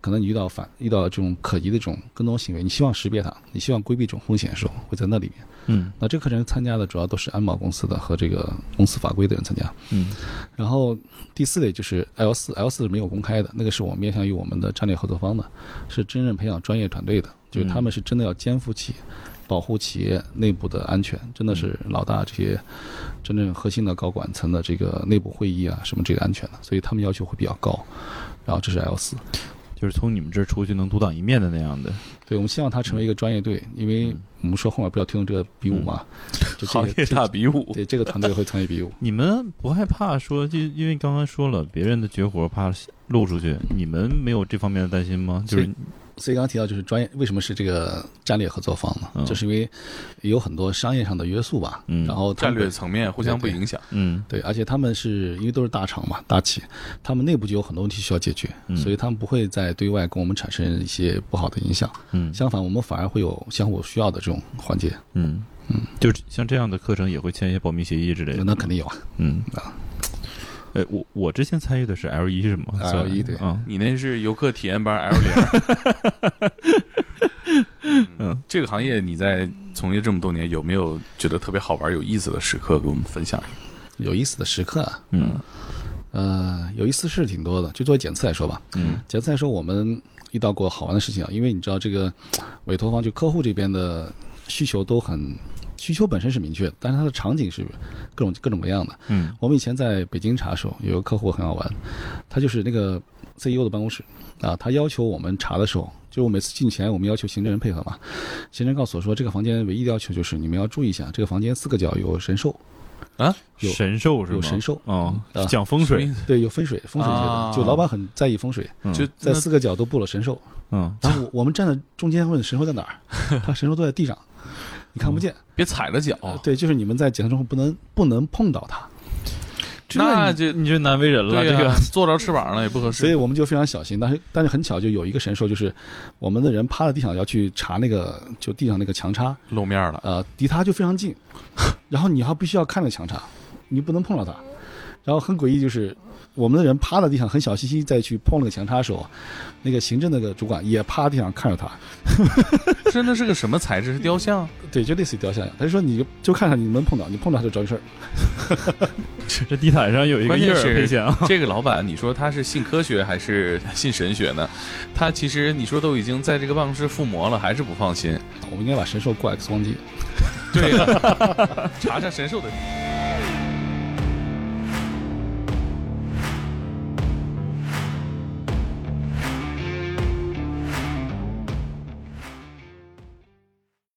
B: 可能你遇到反遇到这种可疑的这种跟踪行为，你希望识别它，你希望规避这种风险的时候，会在那里面。
C: 嗯
B: 那这个课程参加的主要都是安保公司的和这个公司法规的人参加。
C: 嗯
B: 然后第四类就是 L 四，L 四是没有公开的，那个是我们面向于我们的战略合作方的，是真正培养专业团队的，就是他们是真的要肩负起保护企业内部的安全，真的是老大这些真正核心的高管层的这个内部会议啊什么这个安全的，所以他们要求会比较高。然后这是 L 四，
C: 就是从你们这儿出去能独当一面的那样的，
B: 对我们希望它成为一个专业队，因为我们说后面不要推动这个比武嘛，就这
A: 嗯行
B: 个
A: 业大比武，
B: 对这个团队会参与比武。
C: 你们不害怕说，就因为刚刚说了，别人的绝活怕露出去，你们没有这方面的担心吗？就是
B: 所以刚刚提到就是专业，为什么是这个战略合作方呢？
C: 嗯
B: 就是因为有很多商业上的约束吧，
C: 嗯
B: 然后他
A: 战
B: 们
A: 略层面互相不影响。
C: 嗯
B: 对，而且他们是因为都是大厂嘛，大企，他们内部就有很多问题需要解决，
C: 嗯
B: 所以他们不会再对外跟我们产生一些不好的影响。
C: 嗯
B: 相反，我们反而会有相互需要的这种环节，
C: 嗯嗯，就是像这样的课程也会签一些保密协议之类的。
B: 那肯定有啊。
C: 嗯
B: 啊，
C: 哎，我我之前参与的是 L 一是吗
B: L1
C: 算了
B: 对
C: 嗯
A: 你那是游客体验班 L 零。 嗯，这个行业你在从业这么多年，有没有觉得特别好玩、有意思的时刻给我们分享一下？
B: 有意思的时刻啊，
C: 嗯
B: 呃，有意思是挺多的。就作为检测来说吧，
C: 嗯，
B: 检测来说我们遇到过好玩的事情啊，因为你知道这个委托方就客户这边的需求都很需求本身是明确的，但是它的场景是各种各种各样的。
D: 嗯
B: 我们以前在北京查的时候，有个客户很好玩，他就是那个 CEO 的办公室啊，他要求我们查的时候，就我每次进前，我们要求行政人配合嘛。行政告诉我说，这个房间唯一的要求就是你们要注意一下，这个房间四个角有神兽，有
D: 神兽是吗？
B: 有神兽
D: 哦
B: 啊，
D: 讲风水，
B: 对，有风水，风水学
A: 啊
B: 的，就老板很在意风水，
D: 嗯
A: 就那
B: 在
A: 啊
B: 四个角都布了神兽。
D: 嗯，
B: 然后我我们站在中间问神兽在 哪儿，他神兽都在地上，你看不见。
A: 别踩着脚，
D: 呃
B: 对，就是你们在检测中不能不能碰到它，
A: 那
D: 这
A: 这
D: 你就难为人了，
A: 对啊
D: 这
A: 呀、
D: 个
A: 坐着翅膀了也不合
B: 所以
A: 适。
B: 我们就非常小心。但是但是很巧，就有一个神兽，就是我们的人趴在地上要去查那个就地上那个墙插，
A: 露面了，
B: 呃，离它就非常近， 然后你还必须要看那个墙插，你不能碰到它。然后很诡异就是。我们的人趴在地上，很小心心再去碰那个墙插的时候，那个行政那个主管也趴在地上看着他，
A: 真的是个什么材质？是雕 像？
B: 对，就类似于雕像一样。他就说你就就看看你能不能碰到，你碰到他就找你事儿。
D: 这地毯上有一个
A: 关键
D: 印儿
A: 是
D: 配件啊，
A: 这个老板，你说他是信科学还是信神学呢？他其实你说都已经在这个办公室附魔了，还是不放心。
B: 我们应该把神兽过 X 光机。
D: 啊
A: 对，查查神兽的。